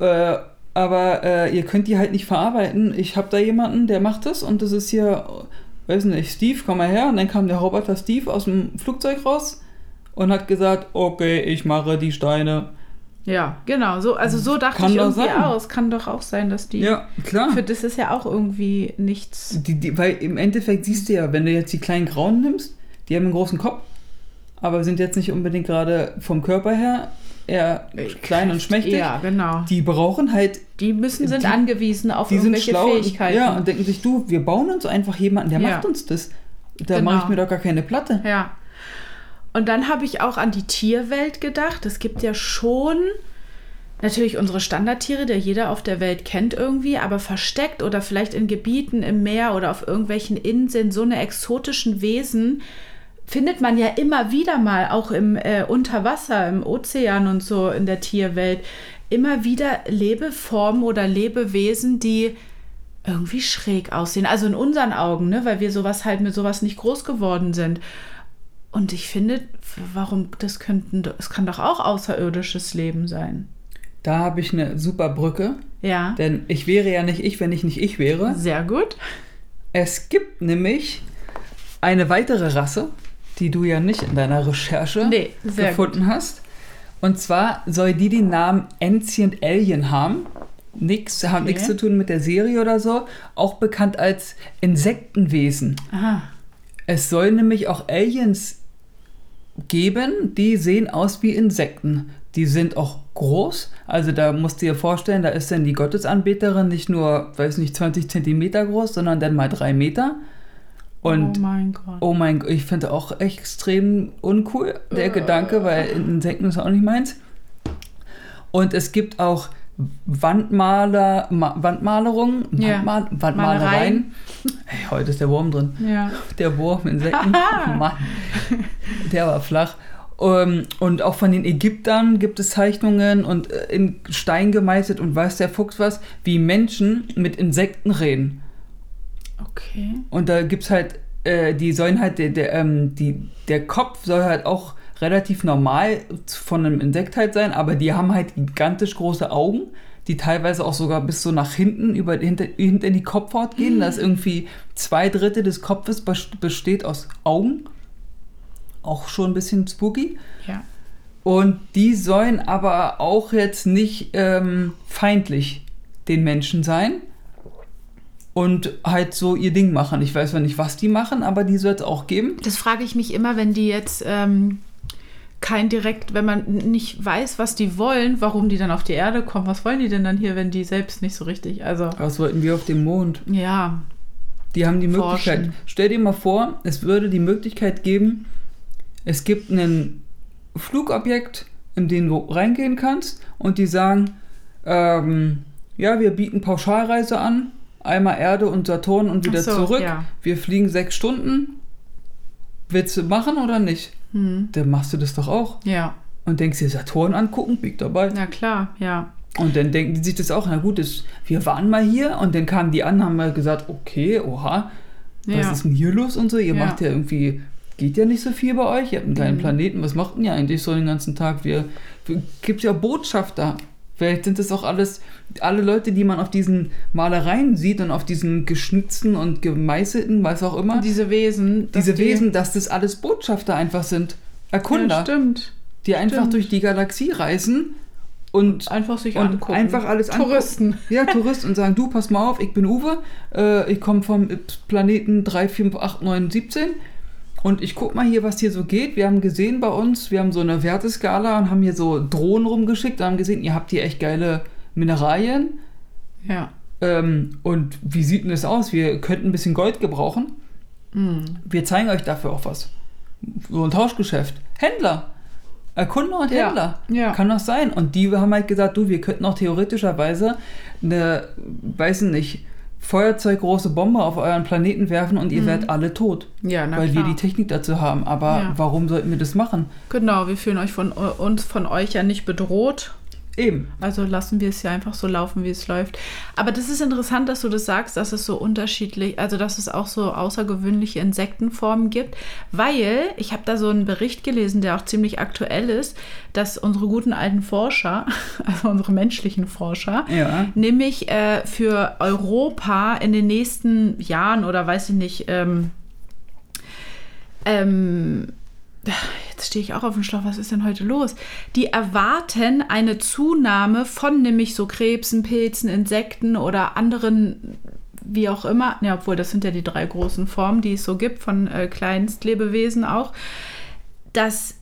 Speaker 2: Äh, aber äh, ihr könnt die halt nicht verarbeiten. Ich habe da jemanden, der macht das und das ist hier, weiß nicht, Steve, komm mal her. Und dann kam der Roboter Steve aus dem Flugzeug raus und hat gesagt, okay, ich mache die Steine.
Speaker 1: ja, genau. So, also so dachte
Speaker 2: Kann
Speaker 1: ich
Speaker 2: doch
Speaker 1: irgendwie
Speaker 2: sein.
Speaker 1: aus. Kann doch auch sein, dass die.
Speaker 2: Ja, klar.
Speaker 1: Für das ist ja auch irgendwie nichts.
Speaker 2: Die, die, weil im Endeffekt siehst du ja, wenn du jetzt die kleinen Grauen nimmst, die haben einen großen Kopf, aber sind jetzt nicht unbedingt gerade vom Körper her eher klein und schmächtig.
Speaker 1: Äh, Ja, genau. Die,
Speaker 2: Die brauchen halt,
Speaker 1: müssen sind
Speaker 2: die-
Speaker 1: angewiesen auf
Speaker 2: die sind
Speaker 1: irgendwelche
Speaker 2: schlau und,
Speaker 1: Fähigkeiten.
Speaker 2: ja, und denken sich, du, wir bauen uns einfach jemanden, der
Speaker 1: Ja.
Speaker 2: macht uns das. Da
Speaker 1: Genau.
Speaker 2: mache ich mir doch gar keine Platte.
Speaker 1: Ja. Und dann habe ich auch an die Tierwelt gedacht. Es gibt ja schon natürlich unsere Standardtiere, die jeder auf der Welt kennt irgendwie, aber versteckt oder vielleicht in Gebieten im Meer oder auf irgendwelchen Inseln so eine exotischen Wesen findet man ja immer wieder mal auch im äh, Unterwasser, im Ozean und so in der Tierwelt immer wieder Lebeformen oder Lebewesen, die irgendwie schräg aussehen. Also in unseren Augen, ne? weil wir sowas halt mit sowas nicht groß geworden sind. Und ich finde, warum das könnten, es kann doch auch außerirdisches Leben sein.
Speaker 2: Da habe ich eine super Brücke,
Speaker 1: Ja.
Speaker 2: denn ich wäre ja nicht ich, wenn ich nicht ich wäre.
Speaker 1: Sehr gut.
Speaker 2: Es gibt nämlich eine weitere Rasse, die du ja nicht in deiner Recherche
Speaker 1: Nee, sehr
Speaker 2: gefunden hast. Und zwar soll die den Namen Ancient Alien haben. Nix, haben
Speaker 1: Okay.
Speaker 2: nichts zu tun mit der Serie oder so. Auch bekannt als Insektenwesen.
Speaker 1: Aha.
Speaker 2: Es soll nämlich auch Aliens geben, die sehen aus wie Insekten. Die sind auch groß. Also da musst du dir vorstellen, da ist dann die Gottesanbeterin nicht nur, weiß nicht, 20 Zentimeter groß, sondern dann mal drei Meter. Und
Speaker 1: oh mein Gott.
Speaker 2: Oh mein Gott, ich finde auch extrem uncool der
Speaker 1: Äh.
Speaker 2: Gedanke, weil Insekten ist auch nicht meins. Und es gibt auch Wandmaler, Ma Wandmalerungen,
Speaker 1: Ja.
Speaker 2: Wandmal Wandmalereien. Hey, heute ist der Wurm drin.
Speaker 1: Ja.
Speaker 2: Der Wurm, Insekten. Mann, der war flach. Ähm, und auch von den Ägyptern gibt es Zeichnungen und äh, in Stein gemeißelt und weiß der Fuchs was, wie Menschen mit Insekten reden.
Speaker 1: Okay.
Speaker 2: Und da gibt's halt, äh, die sollen halt, der, der, ähm, die, der Kopf soll halt auch relativ normal von einem Insekt halt sein, aber die haben halt gigantisch große Augen, die teilweise auch sogar bis so nach hinten, über, hinter, hinter die Kopfhaut gehen, dass irgendwie zwei Drittel des Kopfes bes- besteht aus Augen. Auch schon ein bisschen spooky.
Speaker 1: Ja.
Speaker 2: Und die sollen aber auch jetzt nicht ähm, feindlich den Menschen sein und halt so ihr Ding machen. Ich weiß zwar nicht, was die machen, aber die soll es auch geben.
Speaker 1: Das frage ich mich immer, wenn die jetzt ähm, kein direkt, wenn man n- nicht weiß, was die wollen, warum die dann auf die Erde kommen. Was wollen die denn dann hier, wenn die selbst nicht so richtig? Also,
Speaker 2: Was wollten wir auf dem Mond?
Speaker 1: ja.
Speaker 2: Die haben die
Speaker 1: Forschen.
Speaker 2: Möglichkeit. Stell dir mal vor, es würde die Möglichkeit geben, es gibt ein Flugobjekt, in den du reingehen kannst und die sagen, ähm, ja, wir bieten Pauschalreise an, einmal Erde und Saturn und wieder
Speaker 1: Ach so,
Speaker 2: zurück.
Speaker 1: ja.
Speaker 2: Wir fliegen sechs Stunden. Willst du machen oder nicht?
Speaker 1: Hm.
Speaker 2: Dann machst du das doch auch.
Speaker 1: Ja.
Speaker 2: Und denkst dir Saturn angucken, biegt dabei.
Speaker 1: Na klar, ja.
Speaker 2: Und dann denken die sich das auch, na gut, das, wir waren mal hier und dann kamen die an, haben mal gesagt, okay, oha, was
Speaker 1: Ja.
Speaker 2: ist denn hier los und so? Ihr
Speaker 1: Ja. Mhm.
Speaker 2: macht ja irgendwie, geht ja nicht so viel bei euch, ihr habt einen kleinen Planeten, was macht denn ihr eigentlich so den ganzen Tag? Wir, wir gibt ja Botschafter. Vielleicht sind das auch alles, alle Leute, die man auf diesen Malereien sieht und auf diesen geschnitzten und gemeißelten, was auch immer,
Speaker 1: Diese Wesen. dass
Speaker 2: diese
Speaker 1: die-
Speaker 2: Wesen, dass das alles Botschafter einfach sind. Erkunder,
Speaker 1: Ja, stimmt.
Speaker 2: die einfach
Speaker 1: stimmt.
Speaker 2: durch die Galaxie reisen und
Speaker 1: Einfach sich
Speaker 2: und
Speaker 1: angucken.
Speaker 2: einfach alles angucken.
Speaker 1: Touristen.
Speaker 2: Ja, Tourist und sagen, du, pass mal auf, ich bin Uwe, äh, ich komme vom Planeten 3489717 und ich guck mal hier, was hier so geht. Wir haben gesehen bei uns, wir haben so eine Werteskala und haben hier so Drohnen rumgeschickt und haben gesehen, ihr habt hier echt geile Mineralien.
Speaker 1: Ja.
Speaker 2: Ähm, und wie sieht denn das aus? Wir könnten ein bisschen Gold gebrauchen.
Speaker 1: Hm.
Speaker 2: Wir zeigen euch dafür auch was. So ein Tauschgeschäft. Händler. Erkunder und
Speaker 1: Ja,
Speaker 2: Händler.
Speaker 1: ja.
Speaker 2: Kann doch sein. Und die haben halt gesagt, du, wir könnten auch theoretischerweise eine, weiß nicht, feuerzeuggroße Bombe auf euren Planeten werfen und ihr werdet alle tot.
Speaker 1: Hm. Ja, na
Speaker 2: weil
Speaker 1: klar.
Speaker 2: wir die Technik dazu haben. Aber
Speaker 1: Ja.
Speaker 2: warum sollten wir das machen?
Speaker 1: Genau, wir fühlen euch von uns von euch ja nicht bedroht.
Speaker 2: Eben.
Speaker 1: Also lassen wir es ja einfach so laufen, wie es läuft. Aber das ist interessant, dass du das sagst, dass es so unterschiedlich, also dass es auch so außergewöhnliche Insektenformen gibt, weil ich habe da so einen Bericht gelesen, der auch ziemlich aktuell ist, dass unsere guten alten Forscher, also unsere menschlichen Forscher,
Speaker 2: Ja.
Speaker 1: nämlich äh, für Europa in den nächsten Jahren oder weiß ich nicht, ähm, ähm, jetzt stehe ich auch auf dem Schlauch, was ist denn heute los? Die erwarten eine Zunahme von nämlich so Krebsen, Pilzen, Insekten oder anderen, wie auch immer, ja, obwohl das sind ja die drei großen Formen, die es so gibt, von äh, Kleinstlebewesen auch, dass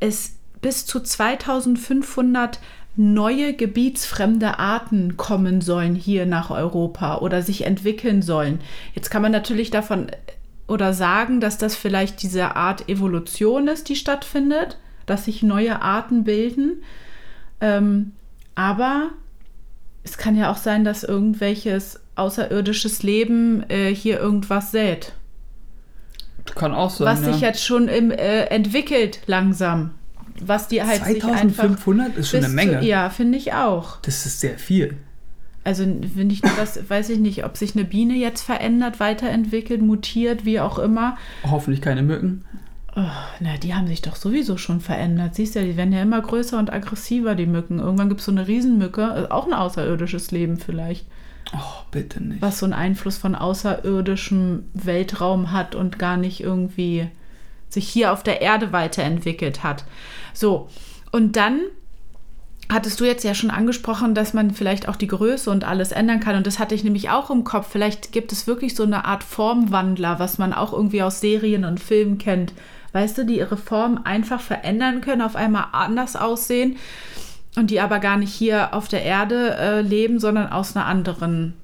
Speaker 1: es bis zu 2500 neue gebietsfremde Arten kommen sollen hier nach Europa oder sich entwickeln sollen. Jetzt kann man natürlich davon äh, oder sagen, dass das vielleicht diese Art Evolution ist, die stattfindet, dass sich neue Arten bilden. Ähm, aber es kann ja auch sein, dass irgendwelches außerirdisches Leben äh, hier irgendwas sät,
Speaker 2: Kann auch sein. ne?
Speaker 1: was
Speaker 2: ja.
Speaker 1: sich jetzt schon im, äh, entwickelt langsam, was die halt sich einfach
Speaker 2: 2500 ist schon
Speaker 1: bis
Speaker 2: eine Menge.
Speaker 1: Zu, ja, finde ich auch.
Speaker 2: Das ist sehr viel.
Speaker 1: Also finde ich nur das, weiß ich nicht, ob sich eine Biene jetzt verändert, weiterentwickelt, mutiert, wie auch immer.
Speaker 2: Hoffentlich keine Mücken.
Speaker 1: Oh, na, die haben sich doch sowieso schon verändert. Siehst ja, die werden ja immer größer und aggressiver, die Mücken. Irgendwann gibt es so eine Riesenmücke, ist auch ein außerirdisches Leben vielleicht,
Speaker 2: Oh, bitte nicht.
Speaker 1: was so einen Einfluss von außerirdischem Weltraum hat und gar nicht irgendwie sich hier auf der Erde weiterentwickelt hat. So, und dann hattest du jetzt ja schon angesprochen, dass man vielleicht auch die Größe und alles ändern kann. Und das hatte ich nämlich auch im Kopf. Vielleicht gibt es wirklich so eine Art Formwandler, was man auch irgendwie aus Serien und Filmen kennt. Weißt du, die ihre Form einfach verändern können, auf einmal anders aussehen und die aber gar nicht hier auf der Erde äh, leben, sondern aus einer anderen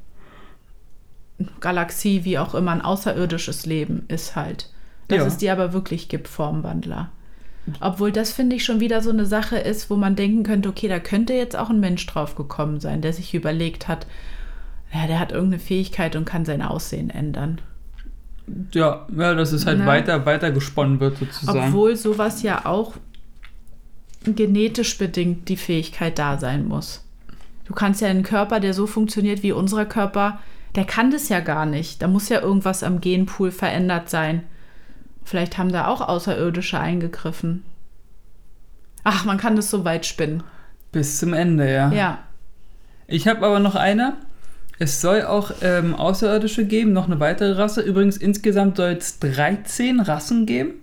Speaker 1: Galaxie, wie auch immer, ein außerirdisches Leben ist halt. Dass
Speaker 2: Ja.
Speaker 1: es die aber wirklich gibt, Formwandler. Obwohl das, finde ich, schon wieder so eine Sache ist, wo man denken könnte, okay, da könnte jetzt auch ein Mensch drauf gekommen sein, der sich überlegt hat, ja, der hat irgendeine Fähigkeit und kann sein Aussehen ändern.
Speaker 2: Ja, ja, dass es halt
Speaker 1: Na.
Speaker 2: weiter, weiter gesponnen wird sozusagen.
Speaker 1: Obwohl sowas ja auch genetisch bedingt die Fähigkeit da sein muss. Du kannst ja einen Körper, der so funktioniert wie unser Körper, der kann das ja gar nicht. Da muss ja irgendwas am Genpool verändert sein. Vielleicht haben da auch Außerirdische eingegriffen. Ach, man kann das so weit spinnen.
Speaker 2: Bis zum Ende, ja.
Speaker 1: Ja.
Speaker 2: Ich habe aber noch eine. Es soll auch ähm, Außerirdische geben, noch eine weitere Rasse. Übrigens, insgesamt soll es 13 Rassen geben.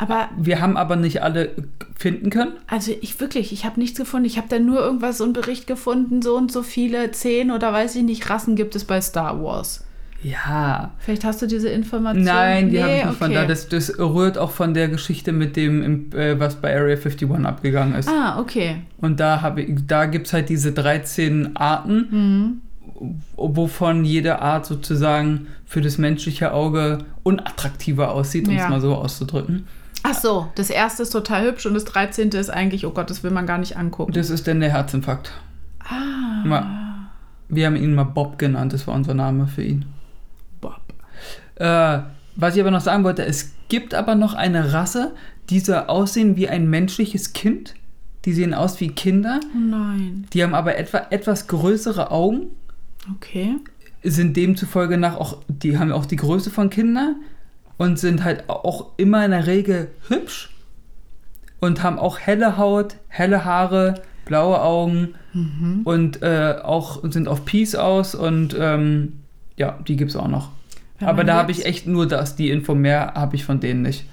Speaker 1: Aber
Speaker 2: Wir haben aber nicht alle finden können.
Speaker 1: also ich wirklich, ich habe nichts gefunden. Ich habe da nur irgendwas so einen Bericht gefunden, so und so viele, zehn oder weiß ich nicht, Rassen gibt es bei Star Wars.
Speaker 2: Ja.
Speaker 1: Vielleicht hast du diese Information.
Speaker 2: Nein, die habe ich nicht von da.
Speaker 1: okay.
Speaker 2: Das, das rührt auch von der Geschichte mit dem, im- äh, was bei Area 51 abgegangen ist.
Speaker 1: Ah, okay.
Speaker 2: Und da, hab ich- da gibt es halt diese 13 Arten,
Speaker 1: Hm.
Speaker 2: wovon jede Art sozusagen für das menschliche Auge unattraktiver aussieht, um
Speaker 1: Ja.
Speaker 2: es mal so auszudrücken.
Speaker 1: Ach so, das erste ist total hübsch und das 13. ist eigentlich, oh Gott, das will man gar nicht angucken.
Speaker 2: Das ist dann der Herzinfarkt.
Speaker 1: ah,
Speaker 2: Ma- Wir haben ihn mal Bob genannt, das war unser Name für ihn.
Speaker 1: Bob.
Speaker 2: Äh, was ich aber noch sagen wollte, es gibt aber noch eine Rasse, die so aussehen wie ein menschliches Kind. Die sehen aus wie Kinder,
Speaker 1: Oh nein.
Speaker 2: die haben aber etwa, etwas größere Augen,
Speaker 1: Okay.
Speaker 2: sind demzufolge nach auch, die haben auch die Größe von Kindern und sind halt auch immer in der Regel hübsch und haben auch helle Haut, helle Haare, blaue Augen
Speaker 1: Mhm.
Speaker 2: und äh, auch sind auf Peace aus und ähm, ja, die gibt's auch noch.
Speaker 1: Wenn
Speaker 2: Aber
Speaker 1: man
Speaker 2: da habe ich
Speaker 1: jetzt-
Speaker 2: echt nur das, die Info mehr habe ich von denen nicht.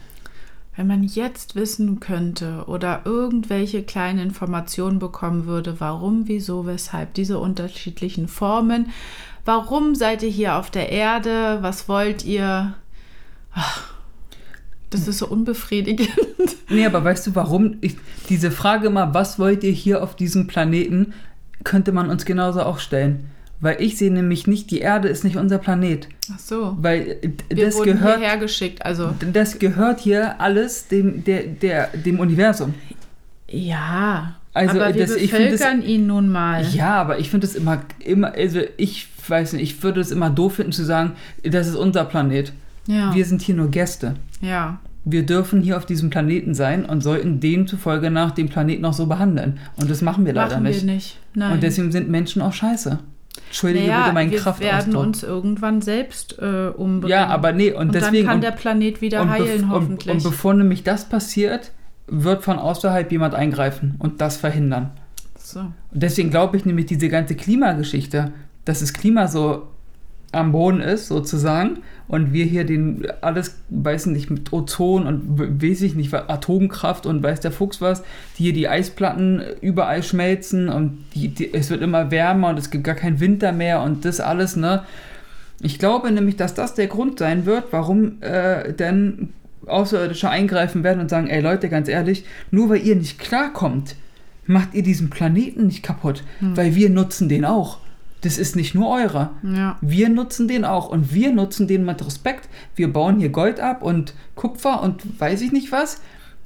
Speaker 1: Wenn man jetzt wissen könnte oder irgendwelche kleinen Informationen bekommen würde, warum, wieso, weshalb diese unterschiedlichen Formen, warum seid ihr hier auf der Erde, was wollt ihr? Ach, Das ist so unbefriedigend.
Speaker 2: Nee, aber weißt du, warum ich diese Frage immer, was wollt ihr hier auf diesem Planeten, könnte man uns genauso auch stellen. Weil ich sehe nämlich nicht, die Erde ist nicht unser Planet.
Speaker 1: Ach so.
Speaker 2: Weil äh,
Speaker 1: Wir
Speaker 2: das
Speaker 1: wurden
Speaker 2: gehört,
Speaker 1: hierher geschickt, also
Speaker 2: das gehört hier alles dem, der, der, dem Universum.
Speaker 1: Ja,
Speaker 2: Also,
Speaker 1: aber wir
Speaker 2: das- ich find das-
Speaker 1: bevölkern ihn nun mal.
Speaker 2: Ja, aber ich finde es immer, immer, also ich weiß nicht, ich würde es immer doof finden zu sagen, das ist unser Planet.
Speaker 1: ja.
Speaker 2: Wir sind hier nur Gäste.
Speaker 1: ja.
Speaker 2: Wir dürfen hier auf diesem Planeten sein und sollten demzufolge nach dem Planeten auch so behandeln. Und das machen wir leider
Speaker 1: machen
Speaker 2: nicht.
Speaker 1: wir nicht. Nein.
Speaker 2: Und deswegen sind Menschen auch scheiße. Entschuldige
Speaker 1: naja,
Speaker 2: bitte meinen
Speaker 1: wir werden
Speaker 2: Kraftausdruck.
Speaker 1: uns irgendwann selbst äh, umbringen.
Speaker 2: Ja, aber nee, und,
Speaker 1: und
Speaker 2: deswegen.
Speaker 1: dann kann
Speaker 2: und-
Speaker 1: der Planet wieder
Speaker 2: und bef-
Speaker 1: heilen,
Speaker 2: und,
Speaker 1: hoffentlich.
Speaker 2: Und bevor nämlich das passiert, wird von außerhalb jemand eingreifen und das verhindern.
Speaker 1: so.
Speaker 2: Und deswegen glaube ich nämlich diese ganze Klimageschichte, dass das Klima so am Boden ist, sozusagen, und wir hier den alles, weiß nicht, mit Ozon und w- weiß ich nicht, was, Atomkraft und weiß der Fuchs was, die hier die Eisplatten überall schmelzen und die, die, es wird immer wärmer und es gibt gar keinen Winter mehr und das alles, ne? Ich glaube nämlich, dass das der Grund sein wird, warum äh, denn Außerirdische eingreifen werden und sagen, ey Leute, ganz ehrlich, nur weil ihr nicht klarkommt, macht ihr diesen Planeten nicht kaputt, weil wir nutzen den auch. Das ist nicht nur eurer.
Speaker 1: Ja.
Speaker 2: Wir nutzen den auch und wir nutzen den mit Respekt. Wir bauen hier Gold ab und Kupfer und weiß ich nicht was.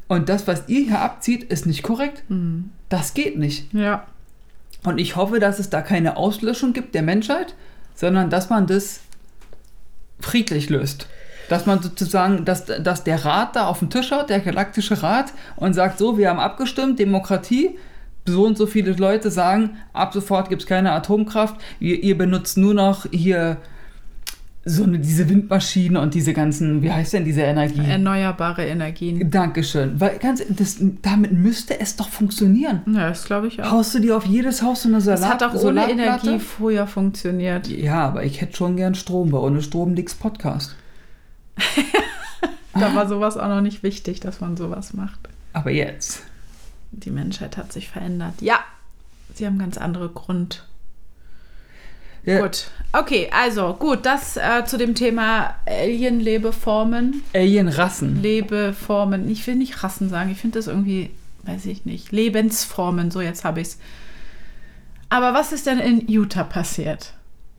Speaker 2: Und das, was ihr hier abzieht, ist nicht korrekt.
Speaker 1: Mhm.
Speaker 2: Das geht nicht.
Speaker 1: ja.
Speaker 2: Und ich hoffe, dass es da keine Auslöschung gibt der Menschheit, sondern dass man das friedlich löst. Dass man sozusagen, dass, dass der Rat da auf den Tisch haut, der galaktische Rat, und sagt, so, wir haben abgestimmt, Demokratie, so und so viele Leute sagen, ab sofort gibt es keine Atomkraft, ihr, ihr benutzt nur noch hier so eine, diese Windmaschinen und diese ganzen, wie heißt denn diese Energie?
Speaker 1: Äh, Erneuerbare Energien.
Speaker 2: Dankeschön. Weil ganz, das, damit müsste es doch funktionieren.
Speaker 1: Ja, das glaube ich auch.
Speaker 2: Haust du dir auf jedes Haus so eine Salat
Speaker 1: Das hat auch ohne
Speaker 2: Solarplatte?
Speaker 1: Energie früher funktioniert.
Speaker 2: Ja, aber ich hätte schon gern Strom, weil ohne Strom nix Podcast.
Speaker 1: Da war sowas auch noch nicht wichtig, dass man sowas macht.
Speaker 2: Aber jetzt.
Speaker 1: Die Menschheit hat sich verändert. Ja, sie haben ganz andere Grund.
Speaker 2: Ja,
Speaker 1: Gut. Okay, also gut, das äh, zu dem Thema Alien-Lebeformen.
Speaker 2: Alien-Rassen.
Speaker 1: Lebeformen. Ich will nicht Rassen sagen. Ich finde das irgendwie, weiß ich nicht. Lebensformen. So, jetzt habe ich es. Aber was ist denn in Utah passiert,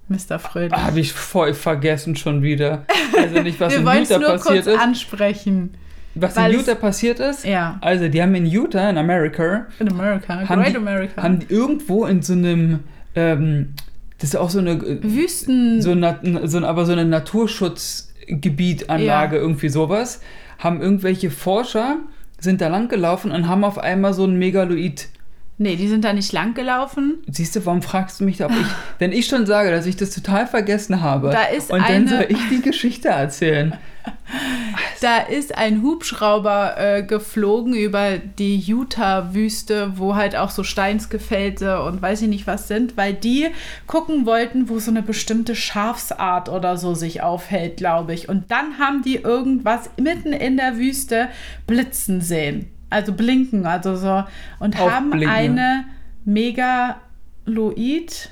Speaker 1: Mr. Fröhlich?
Speaker 2: Habe ich voll vergessen schon wieder. Also nicht, Ah, was
Speaker 1: Wir
Speaker 2: in
Speaker 1: wollen es
Speaker 2: Utah
Speaker 1: nur
Speaker 2: passiert
Speaker 1: kurz
Speaker 2: ist.
Speaker 1: ansprechen.
Speaker 2: Was
Speaker 1: weil
Speaker 2: in
Speaker 1: es-
Speaker 2: Utah passiert ist?
Speaker 1: Ja,
Speaker 2: Also, die haben in Utah, in Amerika,
Speaker 1: in America.
Speaker 2: Haben
Speaker 1: Great
Speaker 2: die-
Speaker 1: America.
Speaker 2: haben die irgendwo in so einem, ähm, das ist auch so eine, äh,
Speaker 1: Wüsten.
Speaker 2: so, na, so ein- aber so eine Naturschutzgebietanlage, irgendwie sowas, haben irgendwelche Forscher, sind da langgelaufen und haben auf einmal so einen Megaloid.
Speaker 1: nee, die sind da nicht lang gelaufen.
Speaker 2: Siehst du, warum fragst du mich, da, ob ich, wenn ich schon sage, dass ich das total vergessen habe,
Speaker 1: Da ist
Speaker 2: und dann
Speaker 1: eine-
Speaker 2: soll ich die Geschichte erzählen.
Speaker 1: Da ist ein Hubschrauber äh, geflogen über die Utah-Wüste, wo halt auch so Steinsgefälte und weiß ich nicht was sind, weil die gucken wollten, wo so eine bestimmte Schafsart oder so sich aufhält, glaube ich. Und dann haben die irgendwas mitten in der Wüste blitzen sehen. Also blinken, also so. Und haben
Speaker 2: Aufblinken, ja.
Speaker 1: eine Megaloid.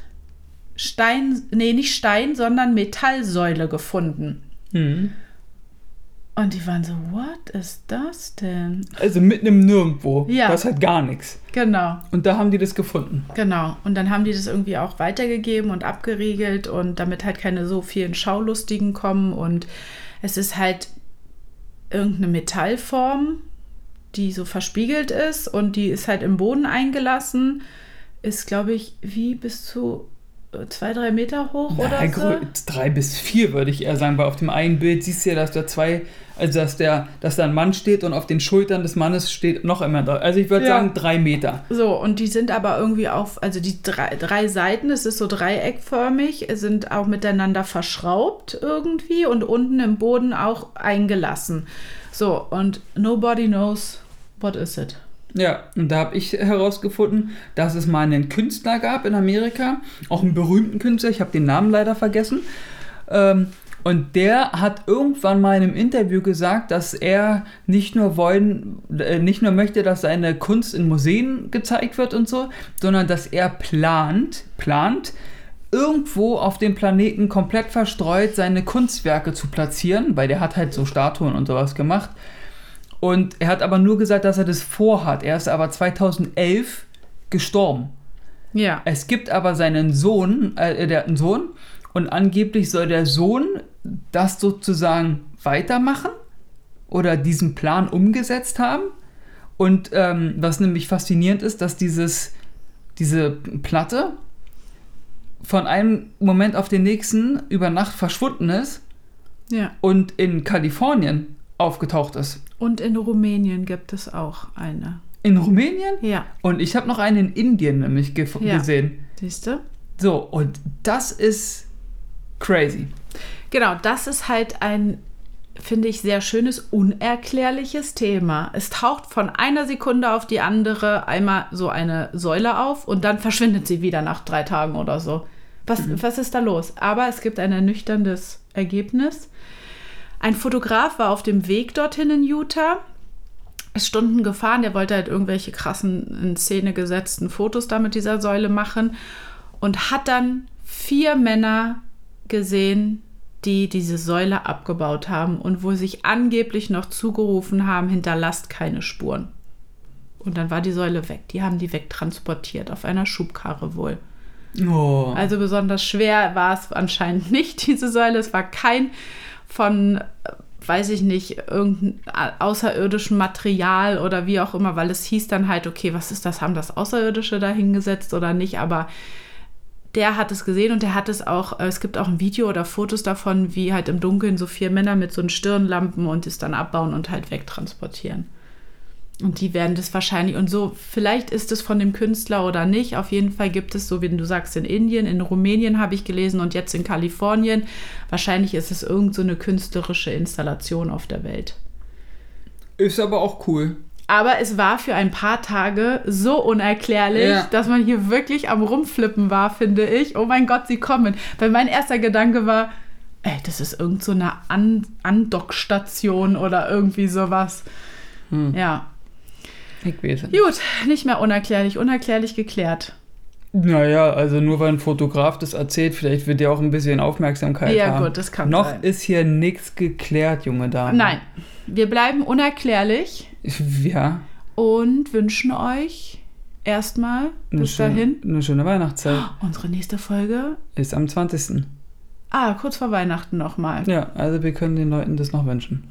Speaker 1: Stein, nee, nicht Stein, sondern Metallsäule gefunden.
Speaker 2: Hm.
Speaker 1: Und die waren so, what ist das denn?
Speaker 2: Also mitten im Nirgendwo.
Speaker 1: Ja.
Speaker 2: Das hat gar nichts.
Speaker 1: Genau,
Speaker 2: Und da haben die das gefunden.
Speaker 1: genau. Und dann haben die das irgendwie auch weitergegeben und abgeriegelt und damit halt keine so vielen Schaulustigen kommen. Und es ist halt irgendeine Metallform, die so verspiegelt ist und die ist halt im Boden eingelassen. Ist, glaube ich, wie bis zu äh, zwei, drei Meter hoch
Speaker 2: Ja,
Speaker 1: oder so.
Speaker 2: grö- Drei bis vier würde ich eher sagen, weil auf dem einen Bild siehst du ja, dass da zwei, also dass der, dass da ein Mann steht und auf den Schultern des Mannes steht noch immer da. Also ich würde
Speaker 1: Ja.
Speaker 2: sagen drei Meter.
Speaker 1: So, und die sind aber irgendwie auf, also die drei, drei Seiten, es ist so dreieckförmig, sind auch miteinander verschraubt irgendwie und unten im Boden auch eingelassen. So, und nobody knows what is it.
Speaker 2: Ja, und da habe ich herausgefunden, dass es mal einen Künstler gab in Amerika, auch einen berühmten Künstler, ich habe den Namen leider vergessen. Ähm, und der hat irgendwann mal in einem Interview gesagt, dass er nicht nur wollen, äh, nicht nur möchte, dass seine Kunst in Museen gezeigt wird und so, sondern dass er plant, plant, irgendwo auf dem Planeten komplett verstreut seine Kunstwerke zu platzieren, weil der hat halt so Statuen und sowas gemacht. Und er hat aber nur gesagt, dass er das vorhat. Er ist aber 2011 gestorben.
Speaker 1: Ja.
Speaker 2: Es gibt aber seinen Sohn, äh, der hat einen Sohn, und angeblich soll der Sohn das sozusagen weitermachen oder diesen Plan umgesetzt haben. Und ähm, was nämlich faszinierend ist, dass dieses, diese Platte von einem Moment auf den nächsten über Nacht verschwunden ist
Speaker 1: ja.
Speaker 2: und in Kalifornien aufgetaucht ist.
Speaker 1: Und in Rumänien gibt es auch eine.
Speaker 2: In Rumänien?
Speaker 1: Ja,
Speaker 2: Und ich habe noch einen in Indien nämlich ge
Speaker 1: Ja.
Speaker 2: gesehen.
Speaker 1: siehst du?
Speaker 2: So, und das ist crazy.
Speaker 1: Genau, das ist halt ein, finde ich, sehr schönes, unerklärliches Thema. Es taucht von einer Sekunde auf die andere einmal so eine Säule auf und dann verschwindet sie wieder nach drei Tagen oder so. Was, was ist da los? Aber es gibt ein ernüchterndes Ergebnis. Ein Fotograf war auf dem Weg dorthin in Utah, ist Stunden gefahren, der wollte halt irgendwelche krassen in Szene gesetzten Fotos da mit dieser Säule machen und hat dann vier Männer gesehen, die diese Säule abgebaut haben und wo sich angeblich noch zugerufen haben, hinterlasst keine Spuren. Und dann war die Säule weg. Die haben die wegtransportiert, auf einer Schubkarre wohl.
Speaker 2: Oh.
Speaker 1: Also besonders schwer war es anscheinend nicht, diese Säule. Es war kein von, äh, weiß ich nicht, irgendeinem außerirdischem Material oder wie auch immer, weil es hieß dann halt, okay, was ist das? Haben das Außerirdische da hingesetzt oder nicht? Aber der hat es gesehen und der hat es auch, äh, es gibt auch ein Video oder Fotos davon, wie halt im Dunkeln so vier Männer mit so einen Stirnlampen und es dann abbauen und halt wegtransportieren. Und die werden das wahrscheinlich, und so, vielleicht ist es von dem Künstler oder nicht, auf jeden Fall gibt es, so wie du sagst, in Indien, in Rumänien habe ich gelesen und jetzt in Kalifornien, wahrscheinlich ist es irgend so eine künstlerische Installation auf der Welt.
Speaker 2: Ist aber auch cool.
Speaker 1: Aber es war für ein paar Tage so unerklärlich,
Speaker 2: Ja.
Speaker 1: dass man hier wirklich am Rumflippen war, finde ich. Oh mein Gott, sie kommen. Weil mein erster Gedanke war, ey, das ist irgend so eine An Andockstation oder irgendwie sowas.
Speaker 2: Hm.
Speaker 1: Ja.
Speaker 2: Ich weiß es nicht.
Speaker 1: Gut, nicht mehr unerklärlich, unerklärlich geklärt.
Speaker 2: Naja, also nur weil ein Fotograf das erzählt, vielleicht wird ja auch ein bisschen Aufmerksamkeit
Speaker 1: Ja,
Speaker 2: haben.
Speaker 1: gut, das kann
Speaker 2: Noch
Speaker 1: sein.
Speaker 2: ist hier nichts geklärt, junge Dame.
Speaker 1: Nein, wir bleiben unerklärlich
Speaker 2: Ja.
Speaker 1: und wünschen euch erstmal
Speaker 2: Eine
Speaker 1: bis
Speaker 2: schöne,
Speaker 1: dahin
Speaker 2: Eine schöne Weihnachtszeit.
Speaker 1: unsere nächste Folge.
Speaker 2: Ist am 20.
Speaker 1: Ah, kurz vor Weihnachten nochmal.
Speaker 2: Ja, also wir können den Leuten das noch wünschen.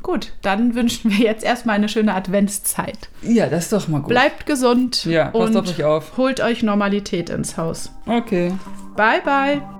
Speaker 1: Gut, dann wünschen wir jetzt erstmal eine schöne Adventszeit.
Speaker 2: Ja, das ist doch mal gut.
Speaker 1: Bleibt gesund
Speaker 2: Ja, passt
Speaker 1: und
Speaker 2: auf euch auf.
Speaker 1: holt euch Normalität ins Haus.
Speaker 2: Okay.
Speaker 1: Bye, bye.